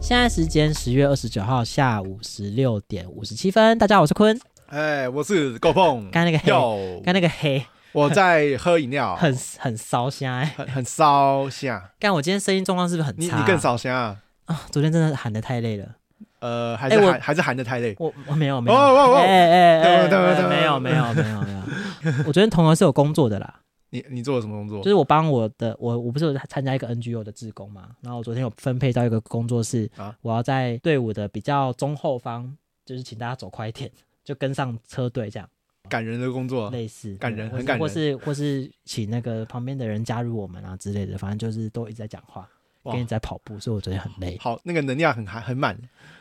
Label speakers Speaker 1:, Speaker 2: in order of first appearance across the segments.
Speaker 1: 现在时间十月二十九号下午十六点五十七分。大家好，我是坤。
Speaker 2: 哎，我是狗碰，
Speaker 1: 刚才那个黑
Speaker 2: 有，
Speaker 1: 刚才那个黑
Speaker 2: 我在喝饮料，
Speaker 1: 很很烧香哎、
Speaker 2: 很很烧虾，
Speaker 1: 干，我今天声音状况是不是很
Speaker 2: 你
Speaker 1: 差、
Speaker 2: 你更烧虾，
Speaker 1: 啊！昨天真的喊得太累了，
Speaker 2: 呃，还
Speaker 1: 哎
Speaker 2: 是
Speaker 1: 我
Speaker 2: 含还是含的太累，
Speaker 1: 我我没有没有，
Speaker 2: 哦哦哦
Speaker 1: 哎哎哎哎，
Speaker 2: 等会等会等会
Speaker 1: 没有没有没有没有，我昨天同行是有工作的啦。
Speaker 2: 你你做了什么工作
Speaker 1: 就？是我帮我的，我我不是有参加一个 NGO 的志工嘛，然后我昨天有分配到一个工作是，
Speaker 2: 啊
Speaker 1: 我要在队伍的比较中后方，就是请大家走快一点，就跟上车队这样，
Speaker 2: 感人的工作，
Speaker 1: 类似
Speaker 2: 感人
Speaker 1: 对或
Speaker 2: 很
Speaker 1: 是
Speaker 2: 感人
Speaker 1: 或是或是请那个旁边的人加入我们啊之类的，反正就是都一直在讲话，
Speaker 2: 哇
Speaker 1: 跟一直在跑步，所以我昨天很累。
Speaker 2: 好，那个能量很含很满，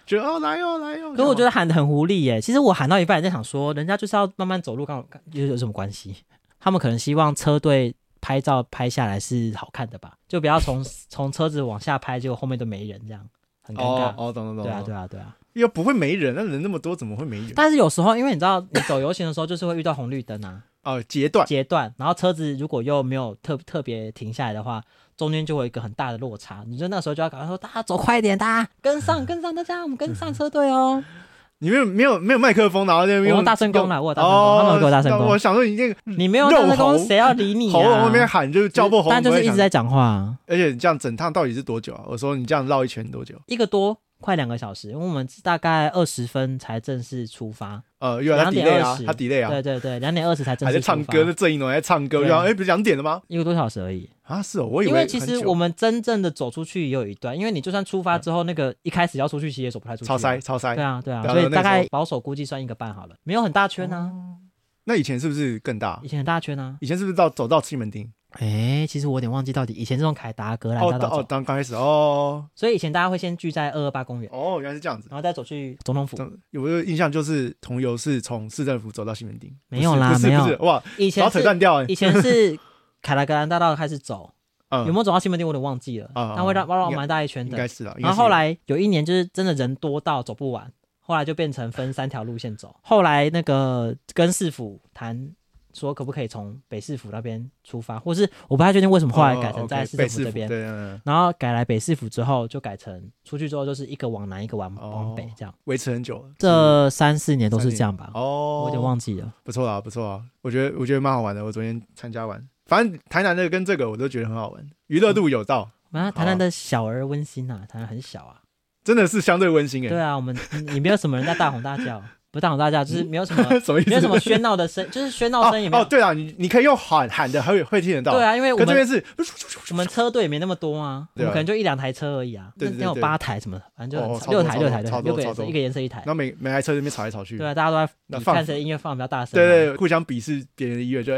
Speaker 2: 觉得哦来哦来哦，
Speaker 1: 可是我觉
Speaker 2: 得
Speaker 1: 得喊的很无力耶，其实我喊到一半，在想说，人家就是要慢慢走路，干干又有什么关系？他们可能希望车队拍照拍下来是好看的吧，就不要 从从车子往下拍，结果后面都没人，这样很尴
Speaker 2: 哦
Speaker 1: 尬。
Speaker 2: 哦懂懂懂，
Speaker 1: 对啊，
Speaker 2: 懂
Speaker 1: 对，啊，对啊。
Speaker 2: 又不会没人，那人那么多怎么会没人？
Speaker 1: 但是有时候，因为你知道，你走游行的时候，就是会遇到红绿灯啊，
Speaker 2: 哦，截断
Speaker 1: 阶段，然后车子如果又没有特特别停下来的话，中间就会有一个很大的落差。你就那时候就要赶快说，大家走快一点，大家跟上，跟上，大家我们跟上车队哦。
Speaker 2: 你没有没有没有麦克风，然后就
Speaker 1: 我
Speaker 2: 用
Speaker 1: 大声公啦
Speaker 2: 用
Speaker 1: 我有大声公他们有给我大声
Speaker 2: 哦
Speaker 1: 公
Speaker 2: 我想说你那个
Speaker 1: 你没有大声公，谁要理你、啊？
Speaker 2: 喉咙那边喊就是叫破喉，
Speaker 1: 但就是一直在，讲话啊，
Speaker 2: 而且你这样整趟到底是多久啊？我说你这样绕一圈多久？啊
Speaker 1: 一个多快两个小时，因为我们大概二十分才正式出发。
Speaker 2: 呃，因为他
Speaker 1: 两点
Speaker 2: delay 啊
Speaker 1: 二十，
Speaker 2: 他 delay 啊，
Speaker 1: 对对对，两点二十才正
Speaker 2: 还在
Speaker 1: 式出
Speaker 2: 唱
Speaker 1: 发
Speaker 2: 歌，，那郑一龙还在唱歌，我就想，
Speaker 1: 对
Speaker 2: 哎，不是两点了吗？
Speaker 1: 一个多小时而已。
Speaker 2: 啊，是哦，我以
Speaker 1: 因
Speaker 2: 为
Speaker 1: 为其
Speaker 2: 很
Speaker 1: 实
Speaker 2: 久
Speaker 1: 我们真正的走出去也有一段，因为你就算出发之后，那个一开始要出去，其实也走不太出去。
Speaker 2: 超塞。超塞
Speaker 1: 对，啊，对啊，
Speaker 2: 对啊
Speaker 1: 所以大
Speaker 2: 那时
Speaker 1: 概
Speaker 2: 候
Speaker 1: 保守估计算一个半好了，没有很大圈啊，
Speaker 2: 那以前是不是更大
Speaker 1: 以？前很大圈啊。
Speaker 2: 以前是不是到走到西门町？
Speaker 1: 哎，其实我有点忘记到底以前这种凯达格兰
Speaker 2: 哦
Speaker 1: 大，道
Speaker 2: 哦，
Speaker 1: 啊走，
Speaker 2: 刚刚开始哦
Speaker 1: 所以以前大家会先聚在二二八公园，
Speaker 2: 哦，原来是这样子。
Speaker 1: 然后再走去总统府。
Speaker 2: 有没有印象就是同游是从市政府走到西门町？
Speaker 1: 没有啦
Speaker 2: 不是
Speaker 1: 没有
Speaker 2: 不是哇，
Speaker 1: 以
Speaker 2: 把
Speaker 1: 前
Speaker 2: 扯
Speaker 1: 是
Speaker 2: 断掉哎
Speaker 1: 以。前是凯达格兰大道开始 走，有没
Speaker 2: 嗯，
Speaker 1: 有走到西门町我有点忘记了，
Speaker 2: 啊
Speaker 1: 但会绕绕绕
Speaker 2: 应该
Speaker 1: 蛮大一圈
Speaker 2: 应
Speaker 1: 的
Speaker 2: 该。是啦。应该
Speaker 1: 然
Speaker 2: 是
Speaker 1: 后后来有一年就是真的人多到走不完，后来就变成分三条路线走。后来那个跟市府谈说可不可以从北市府那边出发，或是我不太确定为什么后来改
Speaker 2: 哦
Speaker 1: 成
Speaker 2: ，OK，
Speaker 1: 在市
Speaker 2: 被
Speaker 1: 政府这边。
Speaker 2: 对，嗯嗯
Speaker 1: 然后改来北市府之后，就改成出去之后就是一个往南，一个往
Speaker 2: 哦
Speaker 1: 往北这样。
Speaker 2: 维持很久了。
Speaker 1: 这三四年都是这样吧，
Speaker 2: 哦，
Speaker 1: 我有点忘记了。
Speaker 2: 不错啊，不错啊，我觉得我觉得蛮好玩的。我昨天参加完，反正台南的跟这个我都觉得很好玩，娱乐度有到，
Speaker 1: 啊，台南的小而温馨啊，台南很小啊。
Speaker 2: 哦真的是相对温馨哎、
Speaker 1: 对啊，我们你你没有什么人在大吼大叫，不是大吼大叫，就是没有什 么
Speaker 2: 什么
Speaker 1: 啊
Speaker 2: 意思？
Speaker 1: 没有什么喧闹的声，就是喧闹声也没
Speaker 2: 哦
Speaker 1: 有。
Speaker 2: 哦，对啊，你你可以用喊喊的，会会听得到。
Speaker 1: 对，啊，因为我
Speaker 2: 可这
Speaker 1: 们
Speaker 2: 边是
Speaker 1: 我们车队也没那么多啊，我
Speaker 2: 对啊
Speaker 1: 们可能就一两台车而已啊，那
Speaker 2: 对对对
Speaker 1: 那有八台什么的，反正就很
Speaker 2: 哦超
Speaker 1: 吵
Speaker 2: 多
Speaker 1: 六台
Speaker 2: 超多
Speaker 1: 六台六
Speaker 2: 超
Speaker 1: 台，六
Speaker 2: 多
Speaker 1: 个
Speaker 2: 超
Speaker 1: 颜色
Speaker 2: 多
Speaker 1: 一个颜色一台
Speaker 2: 然，后每每台车这边吵来吵去。
Speaker 1: 对啊，大家都在
Speaker 2: 那
Speaker 1: 比
Speaker 2: 放
Speaker 1: 看谁的音乐放得比较大声啊。
Speaker 2: 对对对互相鄙视别人的音乐，就哎、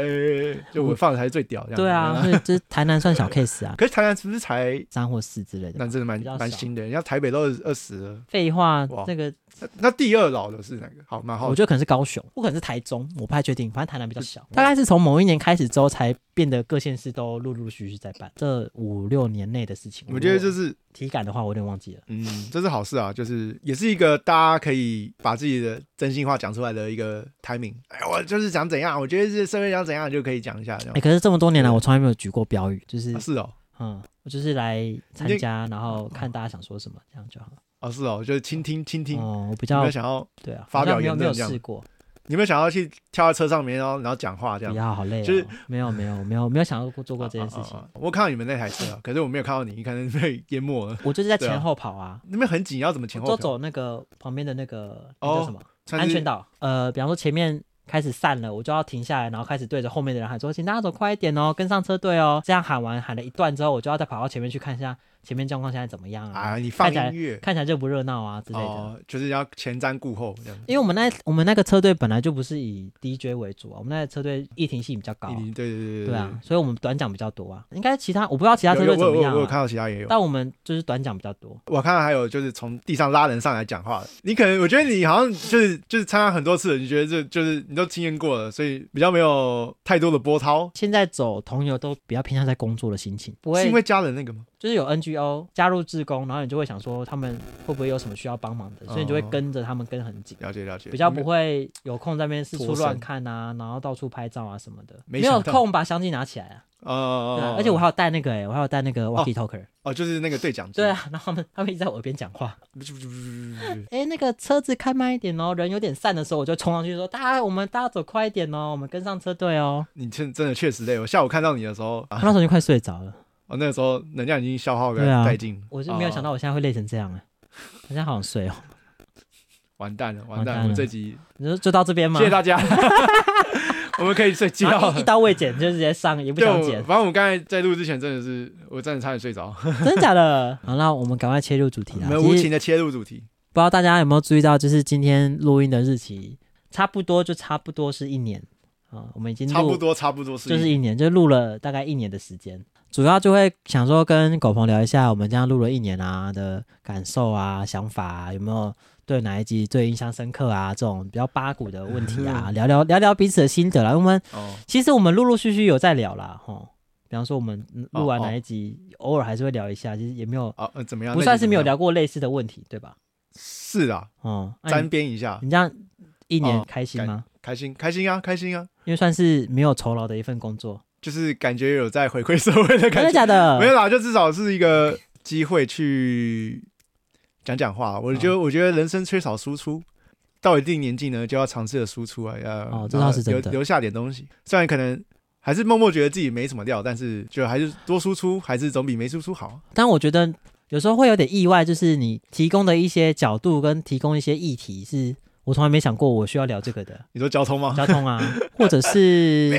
Speaker 2: 哎哎就我放的才是最屌这样。
Speaker 1: 对啊，所以这台南算小 case 啊，
Speaker 2: 可是台南是不是才
Speaker 1: 三或四之类的
Speaker 2: 那
Speaker 1: 吧。
Speaker 2: 真的蛮
Speaker 1: 比较少
Speaker 2: 蛮新的？人家台北都二十了，
Speaker 1: 废话
Speaker 2: 哇，
Speaker 1: 那个
Speaker 2: 那那第二老的是哪个？好，蛮好
Speaker 1: 我
Speaker 2: 的。
Speaker 1: 觉得可能是高雄，不可能是台中，我不太确定。反正台南比较小，大概是从某一年开始之后，才变得各县市都陆陆续续在办。这五六年内的事情，
Speaker 2: 我觉得就是是，
Speaker 1: 体感的话，我有点忘记了。
Speaker 2: 嗯，这是好事啊，就是也是一个大家可以把自己的真心话讲出来的一个 timing。哎，我就是想怎样，我觉得是社会想怎样就可以讲一下这样
Speaker 1: 哎、。可是这么多年来，我从来没有举过标语，就是
Speaker 2: 啊是哦，
Speaker 1: 嗯，我就是来参加，然后看大家想说什么，这样就好了。
Speaker 2: 哦是哦，就是倾听倾听。
Speaker 1: 哦，我比
Speaker 2: 有没
Speaker 1: 较
Speaker 2: 有想要？
Speaker 1: 对啊，
Speaker 2: 发
Speaker 1: 好像
Speaker 2: 表
Speaker 1: 没有
Speaker 2: 言
Speaker 1: 没有
Speaker 2: 论这样
Speaker 1: 试过，
Speaker 2: 你有没有想要去跳到车上面，然后然后讲话这
Speaker 1: 比
Speaker 2: 样？
Speaker 1: 较好累、哦，
Speaker 2: 就是
Speaker 1: 没有没有没有没有想要过做过这件事情。
Speaker 2: 啊啊啊我看到你们那台车啊，可是我没有看到你，可能被淹没了。
Speaker 1: 我就是在
Speaker 2: 对啊
Speaker 1: 前后跑啊，
Speaker 2: 那边很紧，要怎么前
Speaker 1: 我
Speaker 2: 后
Speaker 1: 都
Speaker 2: 走？
Speaker 1: 走那个旁边的那个那叫
Speaker 2: 哦
Speaker 1: 什么？
Speaker 2: 算
Speaker 1: 安
Speaker 2: 是
Speaker 1: 全岛。呃，比方说前面开始散了，我就要停下来，然后开始对着后面的人喊说：“请大家走快一点哦，跟上车队哦。”这样喊完喊了一段之后，我就要再跑到前面去看一下前面状况现在怎么样啊，
Speaker 2: 啊，你放
Speaker 1: 看起来
Speaker 2: 音乐
Speaker 1: 看起来热不热闹啊之类的。
Speaker 2: 哦，就是要前瞻顾后这样。
Speaker 1: 因为我们那我们那个车队本来就不是以 DJ 为主啊，我们那个车队议题性比较高啊、
Speaker 2: 你对对对对
Speaker 1: 对啊，所以我们短讲比较多啊。应该其他我不知道其他车
Speaker 2: 有有
Speaker 1: 队怎
Speaker 2: 我有
Speaker 1: 么
Speaker 2: 我有
Speaker 1: 样、
Speaker 2: 我有
Speaker 1: 啊，
Speaker 2: 看到其他也有，
Speaker 1: 但我们就是短讲比较多。
Speaker 2: 我看到还有就是从地上拉人上来讲话的，你可能我觉得你好像就是就是参加很多次了，你觉得这就是你都经验过了，所以比较没有太多的波涛，
Speaker 1: 现在走同游都比较偏向在工作的心情，不会
Speaker 2: 是因为家人那个吗？
Speaker 1: 就是有 NGO 加入志工，然后你就会想说他们会不会有什么需要帮忙的，所以你就会
Speaker 2: 哦
Speaker 1: 跟着他们跟很紧。
Speaker 2: 了解了解，
Speaker 1: 比较
Speaker 2: 因为
Speaker 1: 不会有空在那边四
Speaker 2: 脱
Speaker 1: 处
Speaker 2: 身
Speaker 1: 乱看啊，然后到处拍照啊什么的，
Speaker 2: 没
Speaker 1: 没有
Speaker 2: 想到
Speaker 1: 空把相机拿起来啊。
Speaker 2: 哦
Speaker 1: 对
Speaker 2: 哦
Speaker 1: 啊
Speaker 2: 哦，
Speaker 1: 而且我还有带那个哎，我还有带那个 walkie talker。
Speaker 2: 哦就是那个对讲机，
Speaker 1: 对，啊，然后他们他们一直在我耳边讲话。哎，那个车子开慢一点哦，人有点散的时候，我就冲上去说：“大家，我们大家走快一点哦，我们跟上车队哦。
Speaker 2: 你真真的确实累。我下午看到你的时候”
Speaker 1: 我
Speaker 2: 啊，
Speaker 1: 那时候就快睡着了，
Speaker 2: 哦那个时候能量已经消耗
Speaker 1: 对啊
Speaker 2: 干殆尽，
Speaker 1: 我就没有想
Speaker 2: 到，
Speaker 1: 到我现在会累成这样哎，我现在好想睡哦。
Speaker 2: 完蛋了，
Speaker 1: 完
Speaker 2: 完蛋，
Speaker 1: 蛋
Speaker 2: 了，
Speaker 1: 了
Speaker 2: 我们这集
Speaker 1: 你说就到这边吗？
Speaker 2: 谢谢大家， 我们可以睡 觉
Speaker 1: 然后一一
Speaker 2: 了。
Speaker 1: 刀未剪就直接上，也不
Speaker 2: 对，我
Speaker 1: 想
Speaker 2: 们
Speaker 1: 剪，
Speaker 2: 反正我们刚才在录之前真的是，我真的差点 睡着，
Speaker 1: 真的假的？好，那我们赶快切入主题
Speaker 2: 我
Speaker 1: 啦。
Speaker 2: 们
Speaker 1: 其
Speaker 2: 无
Speaker 1: 实
Speaker 2: 情的切入主题。
Speaker 1: 不知道大家有没有注意到，就是今天录音的日期，差不多就差不多是一年啊、我们已经录
Speaker 2: 差不多，差不多是
Speaker 1: 就是
Speaker 2: 一
Speaker 1: 一年，就录了大概一年的时间。主要就会想说跟狗鹏聊一下，我们这样录了一年啊的感受啊、想法啊，有没有对哪一集最印象深刻啊？这种比较八股的问题 啊，聊聊聊聊彼此的心得啦。我们
Speaker 2: 哦，
Speaker 1: 其实我们陆陆续续有在聊啦，吼，比方说我们嗯录完
Speaker 2: 哦哦
Speaker 1: 哪一集，偶尔还是会聊一下，其实也没有
Speaker 2: 啊，呃怎么样？
Speaker 1: 不
Speaker 2: 那
Speaker 1: 算
Speaker 2: 集
Speaker 1: 是
Speaker 2: 怎么
Speaker 1: 没有
Speaker 2: 样，
Speaker 1: 聊过类似的问题，对吧？
Speaker 2: 是啊，
Speaker 1: 哦、那你
Speaker 2: 沾边一下，
Speaker 1: 你这样一年
Speaker 2: 哦
Speaker 1: 开心吗？
Speaker 2: 开心，开心啊，开心啊，
Speaker 1: 因为算是没有酬劳的一份工 作，
Speaker 2: 就是感觉有在回馈社会的
Speaker 1: 真
Speaker 2: 感
Speaker 1: 的
Speaker 2: 觉，
Speaker 1: 假的？
Speaker 2: 没有啦，就至少是一个机会去讲讲话。我觉得，
Speaker 1: 嗯
Speaker 2: 我觉得人生缺少输出，到一定年纪呢，就要尝试着输出啊，要
Speaker 1: 哦这倒是真的
Speaker 2: 留留下点东西。虽然可能还是默默觉得自己没什么料，但是就还是多输出，还是总比没输出好。
Speaker 1: 但我觉得有时候会有点意外，就是你提供的一些角度跟提供一些议题是。我从来没想过我需要聊这个 的
Speaker 2: 你说交通吗？
Speaker 1: 交通啊，或者
Speaker 2: 没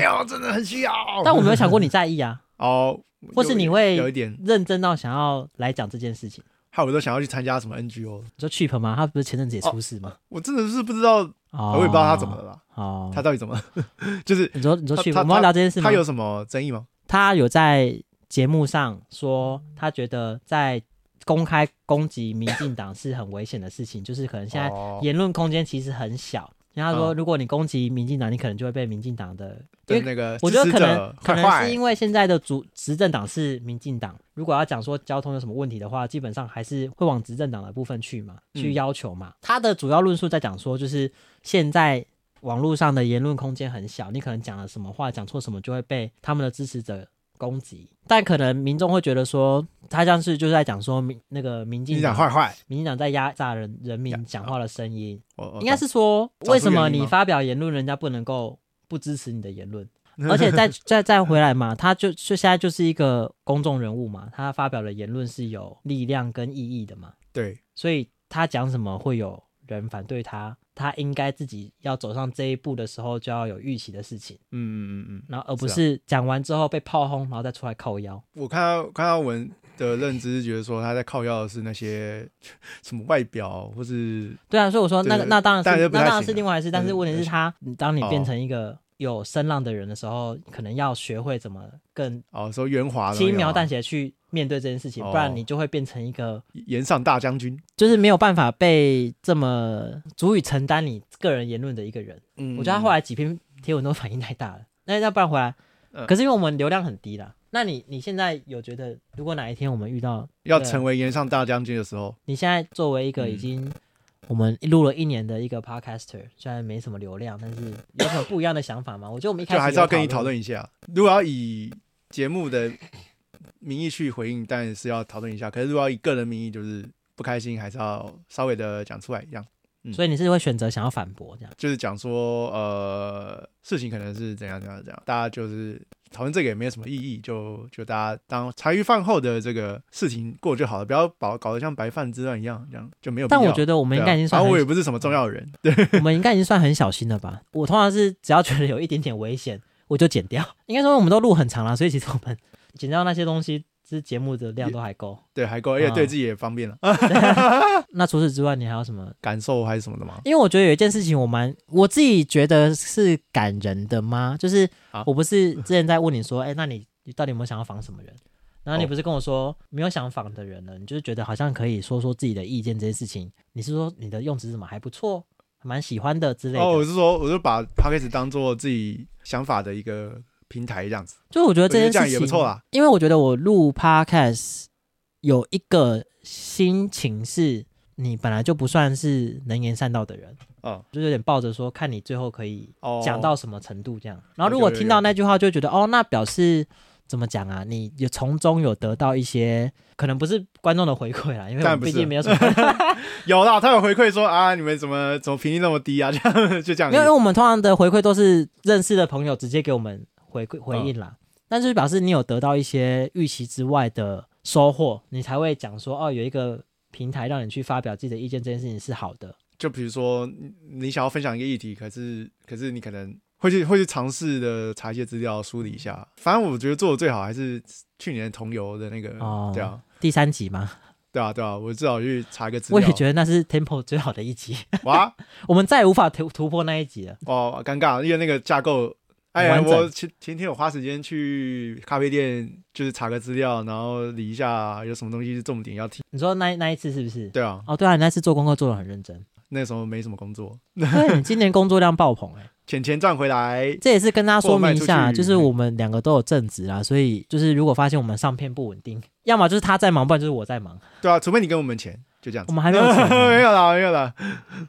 Speaker 1: 是，
Speaker 2: 有，真的很需要。
Speaker 1: 但我没有想过你在意啊，
Speaker 2: 哦，
Speaker 1: 或是你会
Speaker 2: 有一点，
Speaker 1: 认真到想要来讲这件事情。
Speaker 2: 害我都想要去参加什么 NGO 了。
Speaker 1: 你说 Cheap 吗？他不是前阵子也出事吗？
Speaker 2: 我真的是不知道，
Speaker 1: 哦，
Speaker 2: 我也不知道他怎么了啦，
Speaker 1: 哦，
Speaker 2: 他到底怎么了， 就是
Speaker 1: 你说你说
Speaker 2: 他
Speaker 1: Cheap，
Speaker 2: 他
Speaker 1: 我们要聊这件事吗？
Speaker 2: 他有什么争议吗？
Speaker 1: 他有在节目上说，他觉得在公开攻击民进党是很危险的事情，就是可能现在
Speaker 2: 哦
Speaker 1: 言论空间其实很小。然后他说，
Speaker 2: 嗯
Speaker 1: 如果你攻击民进党，你可能就会被民进党的，因
Speaker 2: 对
Speaker 1: 为
Speaker 2: 那个
Speaker 1: 我觉得
Speaker 2: 支持
Speaker 1: 可
Speaker 2: 者
Speaker 1: 能可
Speaker 2: 坏
Speaker 1: 能
Speaker 2: 坏
Speaker 1: 是因为现在的主执政党是民进党，如果要讲说交通有什么问题的话，基本上还是会往执政党的部分去嘛，
Speaker 2: 嗯
Speaker 1: 去要求嘛。他的主要论述在讲说，就是现在网络上的言论空间很小，你可能讲了什么话，讲错什么就会被他们的支持者攻击，但可能民众会觉得说，他像是就是在讲说民那个民
Speaker 2: 你
Speaker 1: 进
Speaker 2: 讲
Speaker 1: 党
Speaker 2: 坏坏，
Speaker 1: 民进党在压榨人人
Speaker 2: 呀
Speaker 1: 民讲话的声音，
Speaker 2: 我我
Speaker 1: 应该
Speaker 2: 懂
Speaker 1: 是说
Speaker 2: 哦找出
Speaker 1: 为什么
Speaker 2: 原因
Speaker 1: 你
Speaker 2: 吗
Speaker 1: 发表言论，人家不能够不支持你的言论，
Speaker 2: 嗯
Speaker 1: 而且 再再再回来嘛，他就就现在就是一个公众人物嘛，他发表的言论是有力量跟意义的嘛，
Speaker 2: 对
Speaker 1: 所以他讲什么会有人反对他，他应该自己要走上这一步的时候就要有预期的事情，
Speaker 2: 嗯嗯嗯嗯。
Speaker 1: 然后而不
Speaker 2: 是啊
Speaker 1: 是讲完之后被炮轰，然后再出来靠腰。
Speaker 2: 我看到看到文的认知，觉得说他在靠要的是那些什么外表，或是
Speaker 1: 对啊，所以我说
Speaker 2: 对
Speaker 1: 那个那当然
Speaker 2: 但
Speaker 1: 是
Speaker 2: 是不太
Speaker 1: 那当然
Speaker 2: 行
Speaker 1: 是
Speaker 2: 啊
Speaker 1: 另外一事，但
Speaker 2: 但
Speaker 1: 是
Speaker 2: 是
Speaker 1: 问题是
Speaker 2: 不太
Speaker 1: 他，当你变
Speaker 2: 哦
Speaker 1: 成一个有声浪的人的时候，可能要学会怎么更
Speaker 2: 哦说圆滑的那个啊，
Speaker 1: 轻描淡写去面对这件事情，不
Speaker 2: 哦
Speaker 1: 然你就会变成一个
Speaker 2: 言上大将军。
Speaker 1: 就是没有办法被这么足以承担你个人言论的一个人。
Speaker 2: 嗯
Speaker 1: 我觉得他后来几篇贴文都反应太大了，那要不然回来
Speaker 2: 嗯，
Speaker 1: 可是因为我们流量很低啦。那你你现在有觉得，如果哪一天我们遇到
Speaker 2: 要
Speaker 1: 对
Speaker 2: 成为言上大将军的时候，
Speaker 1: 你现在作为一个已
Speaker 2: 嗯
Speaker 1: 经我们录了一年的一个 podcaster，虽然没什么流量，但是有什么不一样的想法吗？我觉得我们一开
Speaker 2: 就
Speaker 1: 始
Speaker 2: 还是要
Speaker 1: 有
Speaker 2: 跟你讨，论一下。如果要以节目的名义去回应，当然是要讨论一下。可是如果要以个人名义，就是不开心，还是要稍微的讲出来一样。
Speaker 1: 所以你是会选择想要反驳这样。
Speaker 2: 就是讲说，呃，事情可能是怎样怎样怎样，大家就是讨论这个也没有什么意义，就就大家当茶余饭后的这个事情过就好了，不要把搞得像白饭之乱一样，这样就没有必要。
Speaker 1: 但我觉
Speaker 2: 得
Speaker 1: 得我们应该已经
Speaker 2: 反
Speaker 1: 算
Speaker 2: 正我也
Speaker 1: 很，
Speaker 2: 不是什么重要的人，
Speaker 1: 我们应该已经算很小心了吧？我通常是只要觉得有一点点危险， 我就剪掉。应该说我们都录很长了，所以其实我们剪掉那些东西，这节目的量都还够。
Speaker 2: 对，还够，而且
Speaker 1: 嗯
Speaker 2: 对自己也方便了，啊
Speaker 1: 那除此之外，你还有什么
Speaker 2: 感受还是什么的嘛。
Speaker 1: 因为我觉得有一件事情，我蛮我自己觉得是感人的吗？就是
Speaker 2: 啊
Speaker 1: 我不是之前在问你说，哎、那你你到底有没有想要仿什么人？然后你不是跟我说、没有想仿的人了，你就是觉得好像可以说说自己的意见这件事情。你是说你的用词是什么还不错，蛮喜欢的之类的？
Speaker 2: 哦，我是说，我就把 p a c k a g e 当做自己想法的一个平台这样子，
Speaker 1: 就我觉得
Speaker 2: 我觉
Speaker 1: 这件
Speaker 2: 得这样
Speaker 1: 事
Speaker 2: 也
Speaker 1: 情
Speaker 2: 不错啦。啊
Speaker 1: 因为我觉得我录 podcast 有一个心情是，你本来就不算是能言善道的人，
Speaker 2: 嗯，
Speaker 1: 就是有点抱着说，看你最后可以
Speaker 2: 哦，
Speaker 1: 讲到什么程度这样。然
Speaker 2: 有
Speaker 1: 后如果
Speaker 2: 有
Speaker 1: 听
Speaker 2: 哦有
Speaker 1: 到那句话，就会觉得哦，那表示怎么讲啊？你有从中有得到一些，可能不是观众的回馈啦，因为我
Speaker 2: 当然
Speaker 1: 们
Speaker 2: 不
Speaker 1: 毕
Speaker 2: 是
Speaker 1: 竟没有什么，
Speaker 2: 有啦，他有回馈说啊，你们怎么怎么评率那么低啊？这 样就这样而已，
Speaker 1: 没有，因为我们通常的回馈都是认识的朋友直接给我们回馈回应
Speaker 2: 嗯
Speaker 1: 啦。但是表示你有得到一些预期之外的收获，你才会讲说哦，有一个平台让你去发表自己的意见，这件事情是好的。
Speaker 2: 就比如说你你想要分享一个议题，可是可是你可能会去会去尝试的查一些资料，梳理一下。反正我觉得做的最好还是去年同游的那个，
Speaker 1: 哦
Speaker 2: 对啊，
Speaker 1: 第三集嘛，
Speaker 2: 对啊，对啊，我至少去查一个资
Speaker 1: 我
Speaker 2: 料。
Speaker 1: 也觉得那是 Temple 最好的一集，
Speaker 2: 哇
Speaker 1: 我们再也无法突突破那一集了。
Speaker 2: 哦，尴尬，因为那个架构。哎呀，
Speaker 1: 很完整
Speaker 2: 我前前天有花时间去咖啡店，就是查个资料，然后理一下有什么东西是重点要听。
Speaker 1: 你说那那一次是不是？
Speaker 2: 对啊，
Speaker 1: 哦，对啊，你那次做功课做的很认真，
Speaker 2: 那时候没什么工作，
Speaker 1: 对，你 今年工作量爆棚哎、
Speaker 2: 钱钱赚回来。
Speaker 1: 这也是跟大家说明一
Speaker 2: 或卖
Speaker 1: 下，
Speaker 2: 出去
Speaker 1: 就是我们两个都有正职啦，所以就是如果发现我们上片不稳定，要么就是他在忙，不然就是我在忙，
Speaker 2: 对啊，除非你给我们钱，就这样
Speaker 1: 我
Speaker 2: 子。
Speaker 1: 们还没有钱
Speaker 2: 没
Speaker 1: 呢。
Speaker 2: 有啦，没有啦，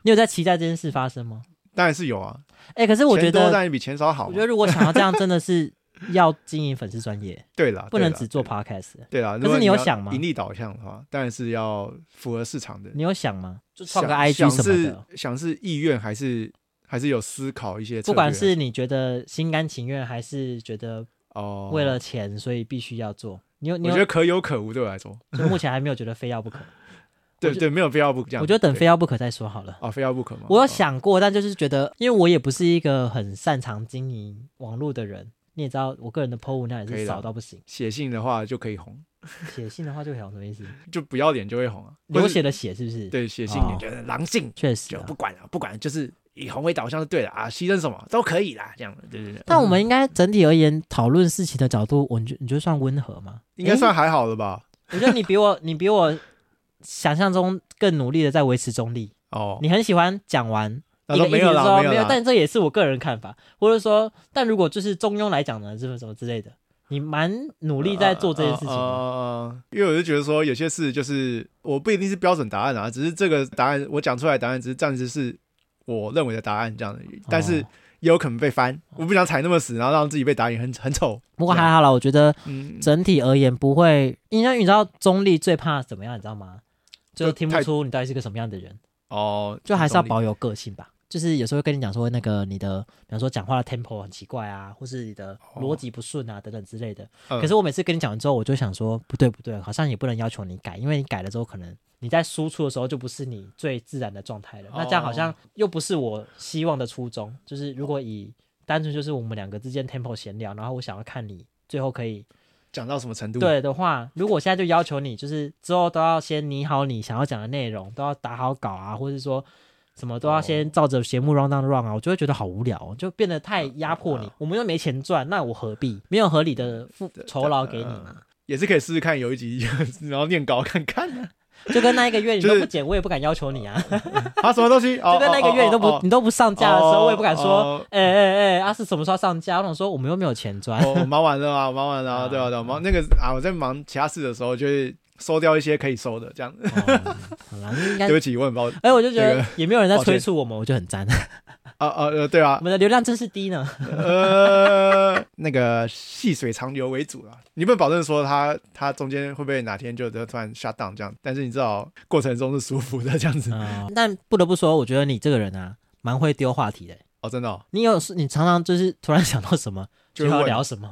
Speaker 1: 你有在期待这件事发生吗？
Speaker 2: 当然是有啊。
Speaker 1: 哎、可是我觉
Speaker 2: 钱多
Speaker 1: 得，
Speaker 2: 但也比钱少好
Speaker 1: 我
Speaker 2: 嘛。
Speaker 1: 觉得如果想要这样，真的是要经营粉丝专业，
Speaker 2: 对啦，
Speaker 1: 不能
Speaker 2: 啊对啦
Speaker 1: 只做。podcast。
Speaker 2: 对啦，
Speaker 1: 可是你有
Speaker 2: 要
Speaker 1: 想吗
Speaker 2: 盈利导向的话，当然是要符合市场的。
Speaker 1: 你有想吗？就创个
Speaker 2: 想
Speaker 1: IG
Speaker 2: 想
Speaker 1: 什么的，
Speaker 2: 是想是意愿还是还是有思考一些策略，啊
Speaker 1: 不管是你觉得心甘情愿，还是觉得
Speaker 2: 哦，
Speaker 1: 为了钱所以必须要做，你有你
Speaker 2: 我觉得
Speaker 1: 有，
Speaker 2: 可有可无，对我来说，
Speaker 1: 就目前还没有觉得非要不 可。
Speaker 2: 对
Speaker 1: 觉
Speaker 2: 对，没有非要不这样。
Speaker 1: 我觉得等
Speaker 2: 对
Speaker 1: 非要不可再说好了。
Speaker 2: 哦，非要不可嘛。
Speaker 1: 我有
Speaker 2: 哦
Speaker 1: 想过，但就是觉得，因为我也不是一个很擅长经营网络的人，你也知道，我个人的 PO 文量也
Speaker 2: 可以
Speaker 1: 是
Speaker 2: 啦
Speaker 1: 少到不行。
Speaker 2: 写信的话就可以红，
Speaker 1: 写信的话就很什么意思？
Speaker 2: 就不要脸就会红啊。
Speaker 1: 流
Speaker 2: 或是
Speaker 1: 血的血是不是？，
Speaker 2: 对写信，
Speaker 1: 哦
Speaker 2: 你觉得狼性
Speaker 1: 确实
Speaker 2: 就
Speaker 1: 啊、
Speaker 2: 不管了，不管就是以红为导向就对了啊，牺牲什么都可以啦，这样对对嗯对。
Speaker 1: 但我们应该整体而言讨论事情的角度，我你觉你觉得算温和吗？
Speaker 2: 应该
Speaker 1: 诶
Speaker 2: 算还好了吧？
Speaker 1: 我觉得你比我， 你比我想象中更努力的在维持中立。
Speaker 2: 哦，
Speaker 1: 你很喜欢讲完
Speaker 2: 那
Speaker 1: 一
Speaker 2: 都
Speaker 1: 个
Speaker 2: 没
Speaker 1: 议
Speaker 2: 有
Speaker 1: 题
Speaker 2: 啦，
Speaker 1: 说
Speaker 2: 没
Speaker 1: 没有
Speaker 2: 啦，。
Speaker 1: 但这也是我个人看法，或者说，但如果就是中庸来讲呢，什么什么之类的，你蛮努力在做这件事情的。
Speaker 2: 呃呃呃因为我就觉得说有些事就是我不一定是标准答案啊，只是这个答案我讲出来的答案只是暂时是我认为的答案这样的，但是
Speaker 1: 哦
Speaker 2: 也有可能被翻，我不想踩那么死，然后让自己被打脸很很丑。
Speaker 1: 不过还好啦，我觉得
Speaker 2: 嗯，
Speaker 1: 整体而言不会，因为你知道中立最怕怎么样，你知道吗？就
Speaker 2: 就
Speaker 1: 听
Speaker 2: 太
Speaker 1: 不出你到底是个什么样的人，
Speaker 2: 哦，
Speaker 1: 就还是要
Speaker 2: 懂
Speaker 1: 保有个性吧。就是有时候会跟你讲说，那个你的，比方说讲话的 tempo 很奇怪啊，或是你的逻辑不顺啊，等等之类的。
Speaker 2: 嗯
Speaker 1: 可是我每次跟你讲完之后，我就想说，不对不对，好像也不能要求你改，因为你改了之后，可能你在输出的时候就不是你最自然的状态了。那这样好像又不是我希望的初衷。就是如果以单纯就是我们两个之间 tempo 闲聊，然后我想要看你最后可以
Speaker 2: 讲到什么程度？，
Speaker 1: 对的话，如果现在就要求你，就是之后都要先拟好你想要讲的内容，都要打好稿啊，或者说什么都
Speaker 2: 哦
Speaker 1: 要先照着节目 round down round 啊，我就会觉得好无聊、哦，就变得太
Speaker 2: 嗯
Speaker 1: 压迫你。我们又没钱赚，那我何必没有合理
Speaker 2: 嗯
Speaker 1: 的付酬劳给你嘛？
Speaker 2: 也是可以试试看，有一集然后念稿看看啊，
Speaker 1: 就跟那一个月你
Speaker 2: 就
Speaker 1: 都
Speaker 2: 是
Speaker 1: 不剪，我也不敢要求你啊。
Speaker 2: 啊什么东西？就
Speaker 1: 就跟那个月你
Speaker 2: 哦
Speaker 1: 都不你都不上架的时候，我也不敢说，
Speaker 2: 说。
Speaker 1: 哎哎哎，啊是什么时候上架？我想说我们又没有钱赚。
Speaker 2: 我我忙完了啊，我忙完了啊，
Speaker 1: 啊
Speaker 2: 对啊，对啊，
Speaker 1: 啊
Speaker 2: 忙那个啊，我在忙其他事的时候，就会收掉一些可以收的，这样。
Speaker 1: 哦好啦，应该
Speaker 2: 对。不起，我很抱歉。
Speaker 1: 哎，我就觉
Speaker 2: 这
Speaker 1: 得
Speaker 2: 个
Speaker 1: 也没有人在
Speaker 2: 抱歉
Speaker 1: 催促我们，我就很赞。
Speaker 2: 啊啊呃，对啊
Speaker 1: 我，们的流量真是低呢。
Speaker 2: 呃， 那个细水长流为主啦。你不能保证说它它中间会不会哪天就突然 shut down 这样，但是你知道过程中是舒服的这样子。
Speaker 1: 啊， 但不得不说，我觉得你这个人啊，蛮会丢话题的。
Speaker 2: 哦，真的哦，
Speaker 1: 你有时你常常就是突然 想到什么就
Speaker 2: 就
Speaker 1: 是要
Speaker 2: 问
Speaker 1: 聊什么，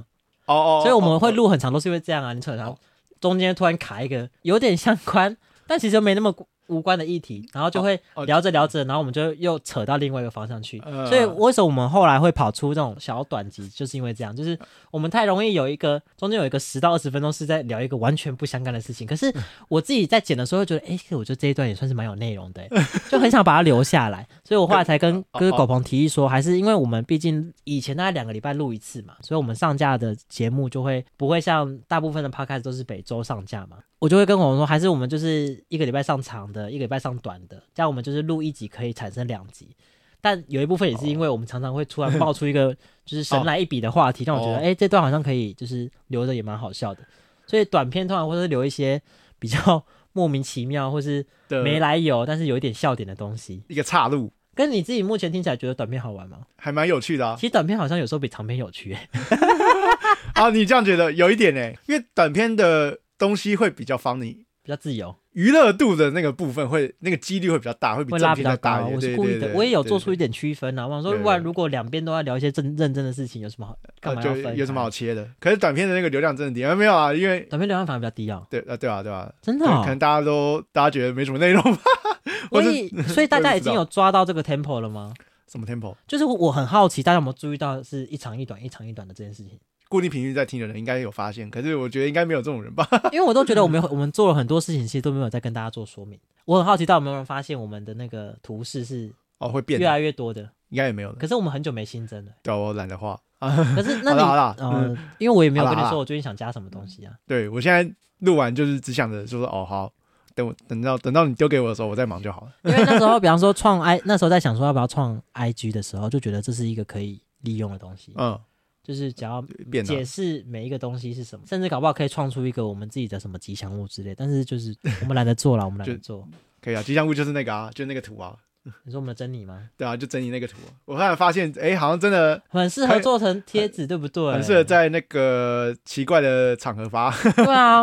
Speaker 2: 哦哦，
Speaker 1: 所以我们会
Speaker 2: 哦
Speaker 1: 录很长，都是因为这样啊。你常常
Speaker 2: 哦
Speaker 1: 中间突然卡一个有点相关，但其实又没那么无关的议题，然后就会
Speaker 2: 哦
Speaker 1: 聊着聊着，然后我们就又扯到另外一个方向去。
Speaker 2: 呃
Speaker 1: 所以为什么我们后来会跑出这种小短集，就是因为这样，就是我们太容易有一个中间有一个十到二十分钟是在聊一个完全不相干的事情。可是我自己在剪的时候会觉得，哎、我觉得这一段也算是蛮有内容的、诶就很想把它留下来。所以我后来才跟
Speaker 2: 哦
Speaker 1: 跟
Speaker 2: 哦
Speaker 1: 狗鹏提议说，还是因为我们毕竟以前大概两个礼拜录一次嘛，所以我们上架的节目就会不会像大部分的 podcast 都是每周上架嘛。我就会跟我们说，还是我们就是一个礼拜上长的，一个礼拜上短的，这样我们就是录一集可以产生两集。但有一部分也是因为我们常常会突然爆出一个就是神来哦一笔的话题，让我觉得
Speaker 2: 哦
Speaker 1: 哎、诶这段好像可以就是留着也蛮好笑的，所以短片通常或者是留一些比较莫名其妙或是
Speaker 2: 的
Speaker 1: 没来由，但是有一点笑点的东西。
Speaker 2: 一个岔路，
Speaker 1: 跟你自己目前听起来觉得短片好玩吗？
Speaker 2: 还蛮有趣的啊。
Speaker 1: 其实短片好像有时候比长片有趣、欸。
Speaker 2: 啊，你这样觉得有一点呢、欸因为短片的东西会比较 funny，
Speaker 1: 比较自由，
Speaker 2: 娱乐度的那个部分会那个几率会比较大，会比
Speaker 1: 会
Speaker 2: 正
Speaker 1: 拉比
Speaker 2: 片
Speaker 1: 较
Speaker 2: 再
Speaker 1: 高
Speaker 2: 大
Speaker 1: 啊。
Speaker 2: 一点。
Speaker 1: 我是
Speaker 2: 对
Speaker 1: 故意的，我也有做出一
Speaker 2: 点
Speaker 1: 点区分啊。我想说，
Speaker 2: 对
Speaker 1: 不然
Speaker 2: 对呃
Speaker 1: 如果两边都要聊一些正认真的事情，有什么好干嘛要
Speaker 2: 就
Speaker 1: 分开？
Speaker 2: 有什么好切的。可是短片的那个流量真的低，啊没有啊，因为
Speaker 1: 短片流量反而比较低啊，
Speaker 2: 对啊对啊对啊，
Speaker 1: 真的、
Speaker 2: 可
Speaker 1: 哦
Speaker 2: 能可。能大家都大家觉得没什么内容吧，
Speaker 1: 所
Speaker 2: 我是
Speaker 1: 以，所以大
Speaker 2: 我
Speaker 1: 家
Speaker 2: 也
Speaker 1: 已
Speaker 2: 不知
Speaker 1: 经
Speaker 2: 道
Speaker 1: 有抓到这个 tempo 了吗？
Speaker 2: 什么 tempo
Speaker 1: 就是我很好奇，大家有没有注意到是一长一短、一长一短的这件事情？
Speaker 2: 固定频率在听的人应该有发现，可是我觉得应该没有这种人吧。
Speaker 1: 因为我都觉得我们有我 们做了很多事情，其实都没有在跟大家做说明。我很好奇，到底有没有人发现我们的那个图示是
Speaker 2: 哦，会变
Speaker 1: 越
Speaker 2: 的，
Speaker 1: 来越多的？
Speaker 2: 应该也没有的。
Speaker 1: 可是我们很久没新增了。
Speaker 2: 对啊，我懒得画。
Speaker 1: 可 是那你
Speaker 2: 好啦好啦
Speaker 1: 呃，因为我也没有
Speaker 2: 好啦
Speaker 1: 跟你
Speaker 2: 好
Speaker 1: 说
Speaker 2: 啦
Speaker 1: 我最近想加什么东西啊。
Speaker 2: 对我现在录完就是只想着就说哦好，等我等到等到你丢给我的时候我再忙就好了。
Speaker 1: 因为那时候，比方说创 i，那时候在想说要不要创 IG 的时候，就觉得这是一个可以利用的东西，
Speaker 2: 嗯，
Speaker 1: 就是只要
Speaker 2: 变了
Speaker 1: 解。释每一个东西是什么，甚至搞不好可以创出一个我们自己的什么吉祥物之类。但是就是我们懒得 做了，我们懒得做。
Speaker 2: 可以啊，吉祥物就是那个啊，就是那个图啊，
Speaker 1: 你说我们的珍妮吗？
Speaker 2: 对啊，就整理那个图、我后来发现，哎、好像真的
Speaker 1: 很适合做成贴纸，对不对？
Speaker 2: 很适合在那个奇怪的场合发，
Speaker 1: 对啊。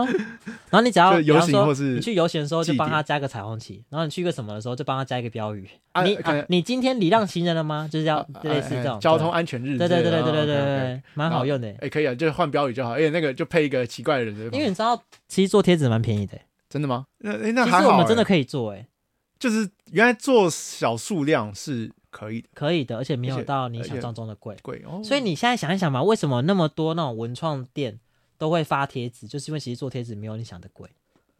Speaker 1: 然后你只要
Speaker 2: 就游
Speaker 1: 比
Speaker 2: 行
Speaker 1: 方说
Speaker 2: 或是
Speaker 1: 你去游行的时候，就
Speaker 2: 祭
Speaker 1: 帮他
Speaker 2: 典
Speaker 1: 加个彩虹旗；然后你去一个什么的时候，就帮他加一个标语。
Speaker 2: 啊
Speaker 1: 你、
Speaker 2: 可能
Speaker 1: 啊你今天礼让行人了吗？就是要
Speaker 2: 啊啊
Speaker 1: 类似这
Speaker 2: 哎
Speaker 1: 种
Speaker 2: 交通。安全日之
Speaker 1: 对
Speaker 2: 类的。
Speaker 1: 对对对对对对对
Speaker 2: 哎、
Speaker 1: 对，蛮好用的。
Speaker 2: 诶可以啊，就是换标语就好，而且那个就配一个奇怪的人的。
Speaker 1: 因为你知道，其实做贴纸蛮便宜的。
Speaker 2: 真的吗？那、诶那
Speaker 1: 其
Speaker 2: 还
Speaker 1: 实
Speaker 2: 好、欸
Speaker 1: 我们真的
Speaker 2: 诶
Speaker 1: 可以做，哎，
Speaker 2: 就是原来做小数量是可以的，
Speaker 1: 可以的，而且没有
Speaker 2: 而且
Speaker 1: 到你
Speaker 2: 而且
Speaker 1: 想象中的贵。
Speaker 2: 贵哦。
Speaker 1: 所以你现在想一想嘛，为什么那么多那种文创店都会发贴纸，就是因为其实做贴纸没有你想的贵，